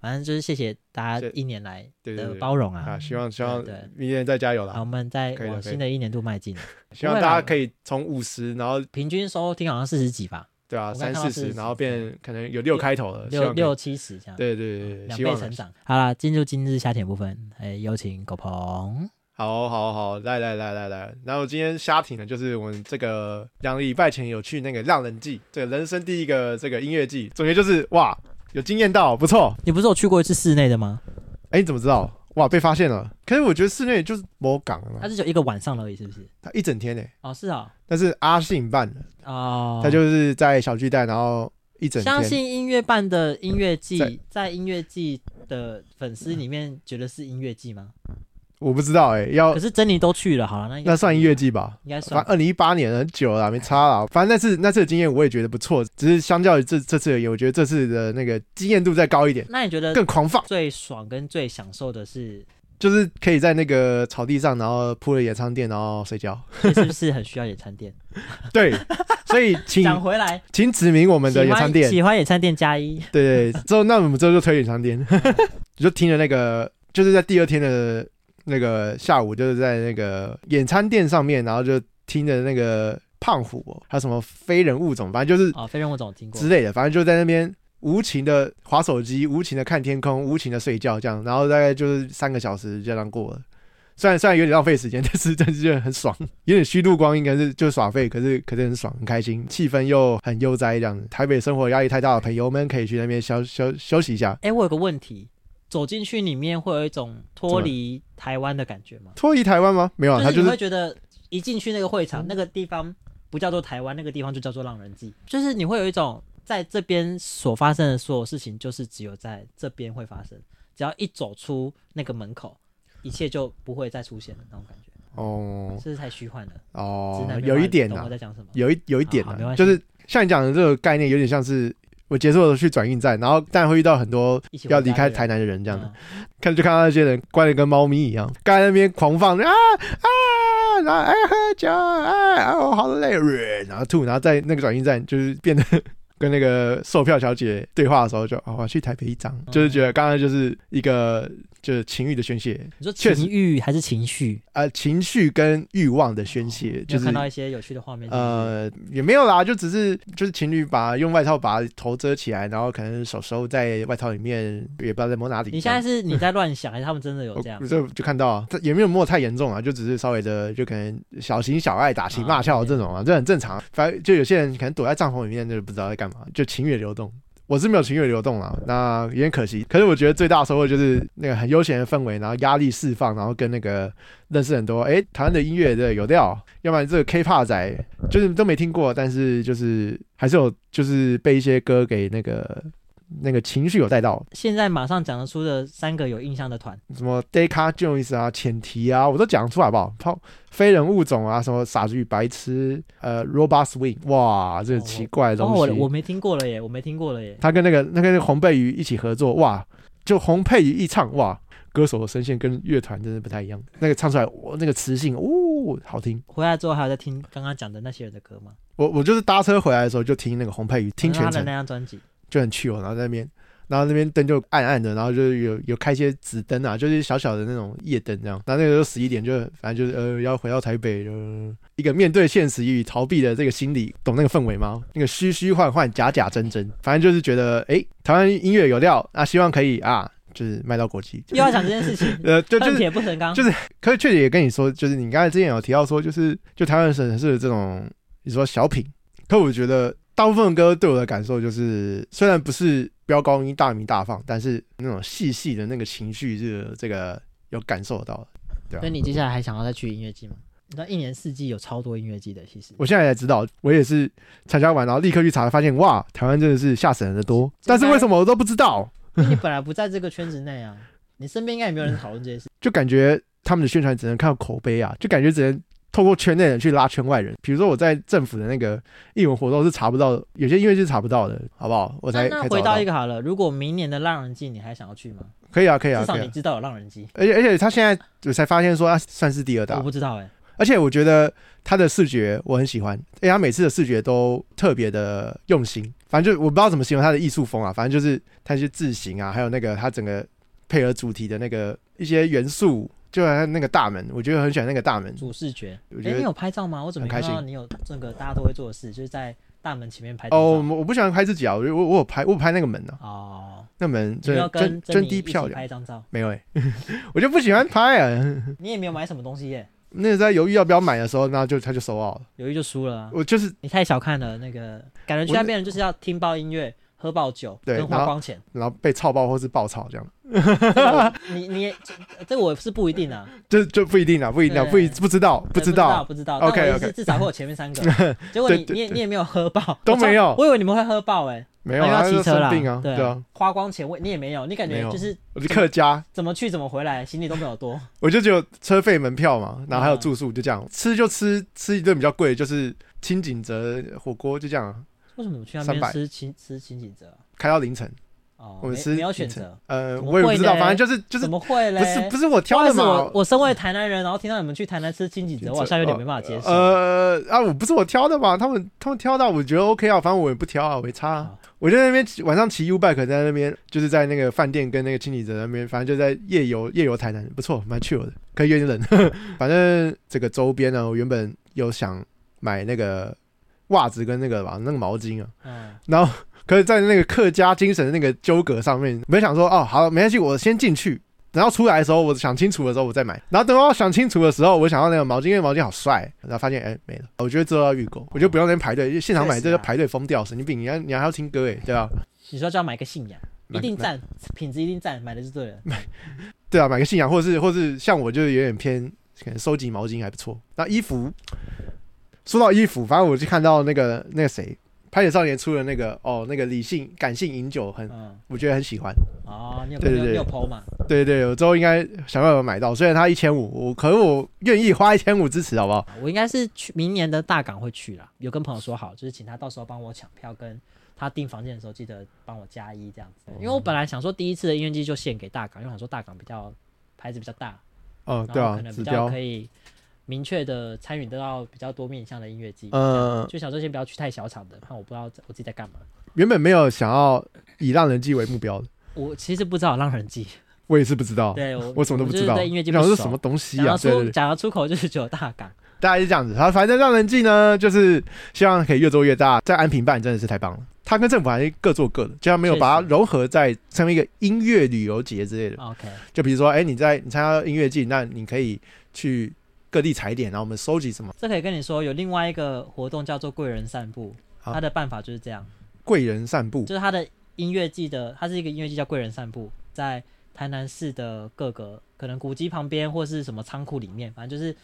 Speaker 1: 反正就是谢谢大家
Speaker 2: 是
Speaker 1: 一年来
Speaker 2: 对对
Speaker 1: 的
Speaker 2: 对
Speaker 1: 包容
Speaker 2: 啊！
Speaker 1: 啊。
Speaker 2: 希望希望
Speaker 1: 对对
Speaker 2: 明年再加油
Speaker 1: 好，
Speaker 2: 啦
Speaker 1: 我！们再
Speaker 2: 可以的
Speaker 1: 往
Speaker 2: 可以
Speaker 1: 新的一年度迈进。
Speaker 2: 希望
Speaker 1: 不
Speaker 2: 大
Speaker 1: 会啦
Speaker 2: 家可以从五十，然后
Speaker 1: 平均收听好像四十几 吧，
Speaker 2: 对啊，
Speaker 1: 我
Speaker 2: 三
Speaker 1: 看
Speaker 2: 四
Speaker 1: 到
Speaker 2: 十，
Speaker 1: 40
Speaker 2: 然后变可能有六开头了，希
Speaker 1: 六
Speaker 2: 望可以
Speaker 1: 六七十这样，
Speaker 2: 对对对对，
Speaker 1: 两
Speaker 2: 希
Speaker 1: 倍
Speaker 2: 望啦
Speaker 1: 成长。好啦，进入今日虾甜部分，哎，有请狗鹏。
Speaker 2: 好好好，来来来来来，然后今天瞎挺呢，就是我们这个两个礼拜前有去那个浪人季，这个人生第一个这个音乐季，总结就是哇，有惊艳到，不错。
Speaker 1: 你不是有去过一次室内的吗？
Speaker 2: 哎，你怎么知道？哇，被发现了。可是我觉得室内就是某港
Speaker 1: 它
Speaker 2: 啊，
Speaker 1: 是只有一个晚上而已，是不是？
Speaker 2: 他一整天呢、
Speaker 1: 哦，是啊，
Speaker 2: 但是阿信办的，
Speaker 1: 哦，
Speaker 2: 他就是在小巨蛋，然后一整
Speaker 1: 相
Speaker 2: 天。
Speaker 1: 信音乐办的音乐
Speaker 2: 在
Speaker 1: 季，在音乐季的粉丝里面，觉得是音乐季吗？
Speaker 2: 我不知道哎、要
Speaker 1: 可是珍妮都去了，好了，那应该
Speaker 2: 那算音乐季吧？
Speaker 1: 应该
Speaker 2: 反
Speaker 1: 算
Speaker 2: 正二零一八年很久了，没差了。反正那次那次的经验我也觉得不错，只是相较于这这次而言，我觉得这次的那个经验度再高一点，
Speaker 1: 那你觉得
Speaker 2: 更狂放。
Speaker 1: 最爽跟最享受的是，
Speaker 2: 就是可以在那个草地上，然后铺了野餐垫，然后 睡觉。
Speaker 1: 所以是不是很需要野餐垫？
Speaker 2: 对，所以 请
Speaker 1: 讲回来，
Speaker 2: 请指明我
Speaker 1: 我
Speaker 2: 们的野餐垫。
Speaker 1: 喜欢野餐垫加 一。
Speaker 2: 对对，对之后那我们之后就推野 餐垫。你就听了那个，就是在第二天的那个下午，就是在那个野餐垫上面，然后就听着那个胖虎哦，还有什么非人物种，反正就是
Speaker 1: 哦，飞人我总听过
Speaker 2: 之。类的，反正就在那边无情的划手机，无情的看天空，无情的睡觉，这样，然后大概就是三个小时就这样过了。虽然虽 然有点浪费时间，但是但是就很爽，有点虚度光阴，可是就耍废，可是可是很爽，很开心，气氛又很悠哉这样子。台北生活压力太大的朋友们可以去那边休休休息一下，
Speaker 1: 哎、我有个问题，走进去里面会有一种脱离台湾的感觉吗？
Speaker 2: 脱离台湾吗？没有啊，他
Speaker 1: 是你
Speaker 2: 就是嗯
Speaker 1: 会觉得一进去那个会场，那个地方不叫做台湾，那个地方就叫做浪人记，就是你会有一种在这边所发生的所有事情，就是只有在这边会发生，只要一走出那个门口，一切就不会再出现了那种感觉，
Speaker 2: 哦
Speaker 1: 这是太虚幻了。直
Speaker 2: 哦
Speaker 1: 男，没
Speaker 2: 有
Speaker 1: 办
Speaker 2: 一
Speaker 1: 法
Speaker 2: 点
Speaker 1: 懂
Speaker 2: 啊
Speaker 1: 我，在讲什么？
Speaker 2: 有一有一
Speaker 1: 好
Speaker 2: 点
Speaker 1: 好
Speaker 2: 啊
Speaker 1: 没，关
Speaker 2: 就是
Speaker 1: 系
Speaker 2: 像你讲的这个概念，有点像是我结束的时候去转运站，然后但会遇到很多
Speaker 1: 一起回
Speaker 2: 要
Speaker 1: 家
Speaker 2: 离开
Speaker 1: 的人
Speaker 2: 台南的人这样的。
Speaker 1: 嗯
Speaker 2: 看就看到那些人关的跟猫咪一样，刚在那边狂放啊啊，然后哎喝酒，哎哎我好累，呃然后吐，然后在那个转运站就是变得跟那个售票小姐对话的时候就哦我要去台北一张，就是觉得刚刚就是一个就是情欲的宣泄，
Speaker 1: 你说
Speaker 2: 确实
Speaker 1: 情欲还是情绪？
Speaker 2: 呃情绪跟欲望的宣泄，
Speaker 1: 你
Speaker 2: 就
Speaker 1: 有
Speaker 2: 是
Speaker 1: 哦看到一些有趣的画面是不是，
Speaker 2: 呃，也没有啦，就只是就是情侣把用外套把头遮起来，然后可能手收在外套里面，也不知道在摸哪里。
Speaker 1: 你现在是你在乱想，还是他们真的有这样
Speaker 2: 我？这就看到啊，这也没有摸得太严重啊，就只是稍微的就可能小情小爱、打情骂俏这种啊，这很正常。反正就有些人可能躲在帐篷里面，就不知道在干嘛，就情欲流动。我是没有情欲流动啦，那有点可惜。可是我觉得最大的收获就是那个很悠闲的氛围，然后压力释放，然后跟那个认识很多哎、诶台湾的音乐的有料，要不然这个 K-pop 仔就是都没听过，但是就是还是有就是被一些歌给那个那个情绪有带到，
Speaker 1: 现在马上讲得出的三个有印象的团，
Speaker 2: 什么 Deca Jones 啊、浅提啊，我都讲出来好不好？泡非人物种啊，什么傻子与白痴，呃，Robot Swing，哇，这个
Speaker 1: 哦
Speaker 2: 奇怪的
Speaker 1: 哦，
Speaker 2: 东西。
Speaker 1: 我我没听过了耶，我没听过了耶。
Speaker 2: 他跟那个那个洪佩瑜一起合作，哇，就洪佩瑜一唱，哇，歌手的声线跟乐团真的不太一样。那个唱出来，哇，那个磁性，哦，好听。
Speaker 1: 回来之后还有在听刚刚讲的那些人的歌吗？
Speaker 2: 我我就是搭车回来的时候就听那个洪佩瑜，听
Speaker 1: 还是
Speaker 2: 全
Speaker 1: 他的
Speaker 2: 程
Speaker 1: 那张专辑，
Speaker 2: 就很去哦，然后在那边。然后那边灯就暗暗的，然后就是有有开一些紫灯啊，就是小小的那种夜灯这样。然后那个时候十一点就反正就是呃要回到台北，呃一个面对现实与逃避的这个心理，懂那个氛围吗？那个虚虚幻幻、假假真真，反正就是觉得诶，台湾音乐有料啊，希望可以啊，就是卖到国际。，
Speaker 1: 又要讲这件事情
Speaker 2: 呃， 就就
Speaker 1: 恨
Speaker 2: 是
Speaker 1: 铁不成钢
Speaker 2: 就。可是确实也跟你说，就是你刚才之前有提到说，就是就台湾省市的这种你说小品，可我觉得大部分的歌对我的感受就是，虽然不是飙高音大鸣大放，但是那种细细的那个情绪是这个有感受到的。对
Speaker 1: 所以
Speaker 2: 啊，
Speaker 1: 你接下来还想要再去音乐季吗？你知道一年四季有超多音乐季的，其实
Speaker 2: 我现在才知道，我也是参加完然后立刻去查，发现哇，台湾真的是吓死人的多，但是为什么我都不知道？
Speaker 1: 因为你本来不在这个圈子内啊，你身边应该也没有人讨论这些事。
Speaker 2: 就感觉他们的宣传只能靠口碑啊，就感觉只能透过圈内人去拉圈外人。比如说我在政府的那个艺文活动是查不到，有些音乐剧是查不到的，好不 好？我
Speaker 1: 那
Speaker 2: 才
Speaker 1: 那
Speaker 2: 才
Speaker 1: 回
Speaker 2: 找到
Speaker 1: 到一个好了，如果明年的浪人季你还想要去吗？
Speaker 2: 可以啊，可以啊，
Speaker 1: 至
Speaker 2: 可
Speaker 1: 少
Speaker 2: 以
Speaker 1: 你
Speaker 2: 啊。
Speaker 1: 知道有浪人季，
Speaker 2: 而且而且他现在我才发现说他算是第二
Speaker 1: 我
Speaker 2: 大，
Speaker 1: 不知道哎、
Speaker 2: 而且我觉得他的视觉我很喜欢，而且他每次的视觉都特别的用心。反正就我不知道怎么形容他的艺术风啊，反正就是他一些字形啊，还有那个他整个配合主题的那个一些元素，就好像那个大门，我觉得很喜欢那个大门。
Speaker 1: 主视觉。
Speaker 2: 我觉
Speaker 1: 哎、
Speaker 2: 得
Speaker 1: 你有拍照吗？我怎么
Speaker 2: 很开
Speaker 1: 看
Speaker 2: 心
Speaker 1: 到你有这个大家都会做的事，就是在大门前面拍张
Speaker 2: 哦，
Speaker 1: 照。
Speaker 2: 我我不喜欢拍自己啊，我我我有拍我有拍那个门啊，
Speaker 1: 哦，
Speaker 2: 那门
Speaker 1: 你
Speaker 2: 真
Speaker 1: 没有
Speaker 2: 的真
Speaker 1: 跟
Speaker 2: 真
Speaker 1: 妮一
Speaker 2: 滴
Speaker 1: 起
Speaker 2: 漂亮，
Speaker 1: 拍一张照，
Speaker 2: 没有哎、 我就不喜欢拍啊。
Speaker 1: 你也没有买什么东西耶、
Speaker 2: 那个在犹豫要不要买的时候，那就他就收好了。
Speaker 1: 犹豫就输了、啊。
Speaker 2: 我就是
Speaker 1: 你太小看了那个，感觉去
Speaker 2: 我
Speaker 1: 那边人就是要听爆音乐、喝爆酒、
Speaker 2: 对
Speaker 1: 跟
Speaker 2: 然
Speaker 1: 花
Speaker 2: 后
Speaker 1: 光钱。
Speaker 2: 然后被操爆或是爆操这样，
Speaker 1: 这个我你你也这这个我是不一定啊，
Speaker 2: 就就不一定啊，不一定啊，
Speaker 1: 对
Speaker 2: 不一不知道
Speaker 1: 对
Speaker 2: 不知道，
Speaker 1: 不知道。但
Speaker 2: OK，
Speaker 1: 我的意思
Speaker 2: OK
Speaker 1: 是至少会有前面三 个，结果你
Speaker 2: 对对
Speaker 1: 你也你也没有喝爆，
Speaker 2: 都
Speaker 1: 我操
Speaker 2: 没有
Speaker 1: 我以为你们会喝爆哎，
Speaker 2: 没有啊，
Speaker 1: 要
Speaker 2: 他
Speaker 1: 骑
Speaker 2: 就
Speaker 1: 车啦
Speaker 2: 生病啊，，对啊
Speaker 1: 啊，，花光钱我你也没有，你感
Speaker 2: 没
Speaker 1: 觉
Speaker 2: 有
Speaker 1: 就是
Speaker 2: 我是客家，
Speaker 1: 怎么去怎么回来，行李都没有多。
Speaker 2: 我就只有车费、门票嘛，然后还
Speaker 1: 啊
Speaker 2: 有住宿，就这样，吃就吃吃一顿比较贵，就是清景泽火锅就这样啊，
Speaker 1: 为什么我去那
Speaker 2: 300
Speaker 1: 边吃清吃清景泽？
Speaker 2: 开到凌晨，
Speaker 1: 哦，
Speaker 2: 我们
Speaker 1: 没
Speaker 2: 吃
Speaker 1: 没有选
Speaker 2: 凌晨
Speaker 1: 择，
Speaker 2: 呃，
Speaker 1: 怎么
Speaker 2: 我也不
Speaker 1: 会
Speaker 2: 知道，
Speaker 1: 嘞
Speaker 2: 反正就是就是
Speaker 1: 怎么会嘞？
Speaker 2: 不是不是我挑
Speaker 1: 不好意
Speaker 2: 的
Speaker 1: 思
Speaker 2: 嘛
Speaker 1: 我，我身为台南人，然后听到你们去台南吃清景
Speaker 2: 景
Speaker 1: 泽，
Speaker 2: 泽
Speaker 1: 我好像有点没办法接受。
Speaker 2: 呃啊，我不是我挑的吧？他们他们挑到，我觉得 OK 啊，反正我也不挑啊，我没差、啊
Speaker 1: 好。
Speaker 2: 我就在那边骑晚上骑 U bike，在那边就是在那个饭店跟那个清理者那边，反正就在夜游夜游台南，不错，蛮 chill 的，可以有点冷。 反正这个周边呢，我原本有想买那个袜子跟那个吧，那个毛巾啊，
Speaker 1: 嗯，
Speaker 2: 然后可是，在那个客家精神的那个纠葛上面，没想说哦，好，没关系，我先进去。然后出来的时候，我想清楚的时候我再买。然后等我想清楚的时候，我想要那个毛巾，因为毛巾好帅。然后发现哎没了，我觉得之后要预购，我就不用在那边排队，因为现场买
Speaker 1: 确实啊
Speaker 2: 这个排队疯掉，神经病！你还你还要听歌哎，对吧、
Speaker 1: 你说就要买个信仰，
Speaker 2: 买
Speaker 1: 一定
Speaker 2: 买
Speaker 1: 赞，品质一定赞，买的就对了。
Speaker 2: 对啊，买个信仰，或者是或者是像我就是有点偏，可能收集毛巾还不错。那衣服，说到衣服，反正我就看到那个那个谁，拍野少年出了那个哦，那个理性感性饮酒很，
Speaker 1: 嗯，
Speaker 2: 我觉得很喜欢。
Speaker 1: 哦，你有
Speaker 2: 对
Speaker 1: 你
Speaker 2: 对
Speaker 1: 有你
Speaker 2: 对
Speaker 1: 有 PO 嘛？
Speaker 2: 对对，我之后应该想办法买到。虽然它一千五，我可是我愿意花一千五支持，好不好？
Speaker 1: 啊我应该是去明年的大港会去啦，有跟朋友说好，就是请他到时候帮我抢票，跟他订房间的时候记得帮我加一这样子。
Speaker 2: 哦
Speaker 1: 因为我本来想说第一次的音乐季就献给大港，因为我想说大港比较牌子比较大，
Speaker 2: 哦，对
Speaker 1: 然后
Speaker 2: 啊
Speaker 1: 可，能
Speaker 2: 指
Speaker 1: 比较
Speaker 2: 标
Speaker 1: 可，以明确的参与得到比较多面向的音乐季。
Speaker 2: 嗯，
Speaker 1: 就想说先不要去太小场的，怕我不知道我自己在干嘛。
Speaker 2: 原本没有想要以让人记为目标的，
Speaker 1: 我其实不知道浪人季，
Speaker 2: 我也是不知道，
Speaker 1: 对我
Speaker 2: 哦我什么都不知
Speaker 1: 我
Speaker 2: 道，
Speaker 1: 就是对音乐季
Speaker 2: 我想
Speaker 1: 不
Speaker 2: 说
Speaker 1: 熟
Speaker 2: 什么东西
Speaker 1: 讲
Speaker 2: 啊？
Speaker 1: 到
Speaker 2: 对对
Speaker 1: 出
Speaker 2: 对，
Speaker 1: 讲到出口就是只有大港。
Speaker 2: 大概是这样子。好，反正让人记呢，就是希望可以越做越大。在安平办真的是太棒了，它跟政府还是各做各的，就像没有
Speaker 1: 确实
Speaker 2: 把它融合在成为一个音乐旅游节之类的。
Speaker 1: OK，
Speaker 2: 就比如说，哎，你在你参加音乐季，那你可以去各地踩点，然后我们收集什么
Speaker 1: 这可以跟你说，有另外一个活动叫做贵人散步，
Speaker 2: 好
Speaker 1: 它的办法就是这样，
Speaker 2: 贵人散步。
Speaker 1: 就是它的音乐季的，它是一个音乐季叫贵人散步，在台南市的各个可能古迹旁边或是什么仓库里面，反正就是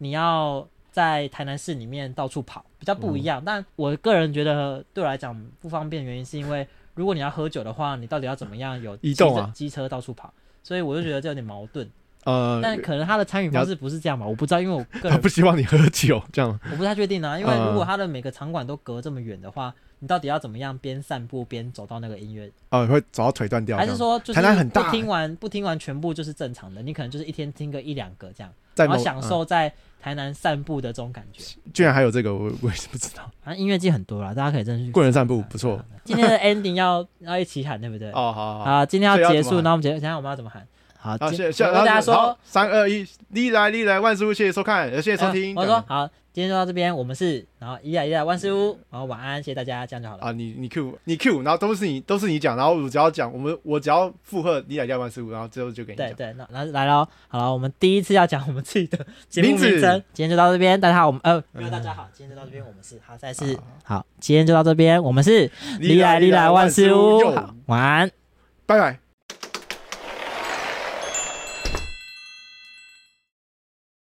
Speaker 1: 你要在台南市里面到处跑，比较不一
Speaker 2: 嗯
Speaker 1: 样。但我个人觉得对我来讲不方便，原因是因为如果你要喝酒的话，你到底要怎么样有
Speaker 2: 移动啊
Speaker 1: 骑着机车到处跑，所以我就觉得这有点矛盾。
Speaker 2: 呃，
Speaker 1: 但可能他的参与方式不是这样吧，我不知道，因为我个
Speaker 2: 他
Speaker 1: 人
Speaker 2: 不希望你喝酒这样。
Speaker 1: 我不太确定啊。因为
Speaker 2: 嗯
Speaker 1: 如果他的每个场馆都隔这么远的话，你到底要怎么样边散步边走到那个音乐？
Speaker 2: 哦，你会走到腿断掉这
Speaker 1: 还
Speaker 2: 样。
Speaker 1: 是说就是
Speaker 2: 台南很大欸
Speaker 1: 不听完不听完全部就是正常的？你可能就是一天听个一两个这样，
Speaker 2: 在嗯
Speaker 1: 然后
Speaker 2: 某
Speaker 1: 享、受在台南散步的这种感觉。
Speaker 2: 嗯居然还有这个，我 我也是不知 道。
Speaker 1: 反正音乐季很多啦，大家可以真的去。
Speaker 2: 贵人散步不错。。
Speaker 1: 今天的 ending 要要一起喊，对不对？
Speaker 2: 哦，好好好。
Speaker 1: 好，今天要结
Speaker 2: 所
Speaker 1: 束，
Speaker 2: 以要怎么
Speaker 1: 那我们结，等一
Speaker 2: 喊
Speaker 1: 下我们要怎么喊？好，
Speaker 2: 好，
Speaker 1: 今
Speaker 2: 谢谢，
Speaker 1: 我跟大家说，
Speaker 2: 三二一，历来历来万事屋，谢谢收看，呃谢谢收听。
Speaker 1: 呃我
Speaker 2: 这样
Speaker 1: 说好，今天就到这边，我们是，然后一呀一呀万事屋，然后晚安，谢谢大家，这样就好了。
Speaker 2: 啊，你你 Q 你 Q，然后都是你都是你讲，然后我只要讲，我们我只要附和你来加万事屋，然后最后就给你
Speaker 1: 对
Speaker 2: 讲。
Speaker 1: 对，那那来喽，好了，我们第一次要讲我们自己的节目
Speaker 2: 名字
Speaker 1: 名称，今天就到这边，大家好，我们呃，没有大家好，今天就到这边，我们是好，再
Speaker 2: 啊
Speaker 1: 次好，今天就到这边，我们是
Speaker 2: 历
Speaker 1: 来
Speaker 2: 历
Speaker 1: 来万
Speaker 2: 事
Speaker 1: 事屋，
Speaker 2: 哟
Speaker 1: 好晚安。
Speaker 2: 拜拜。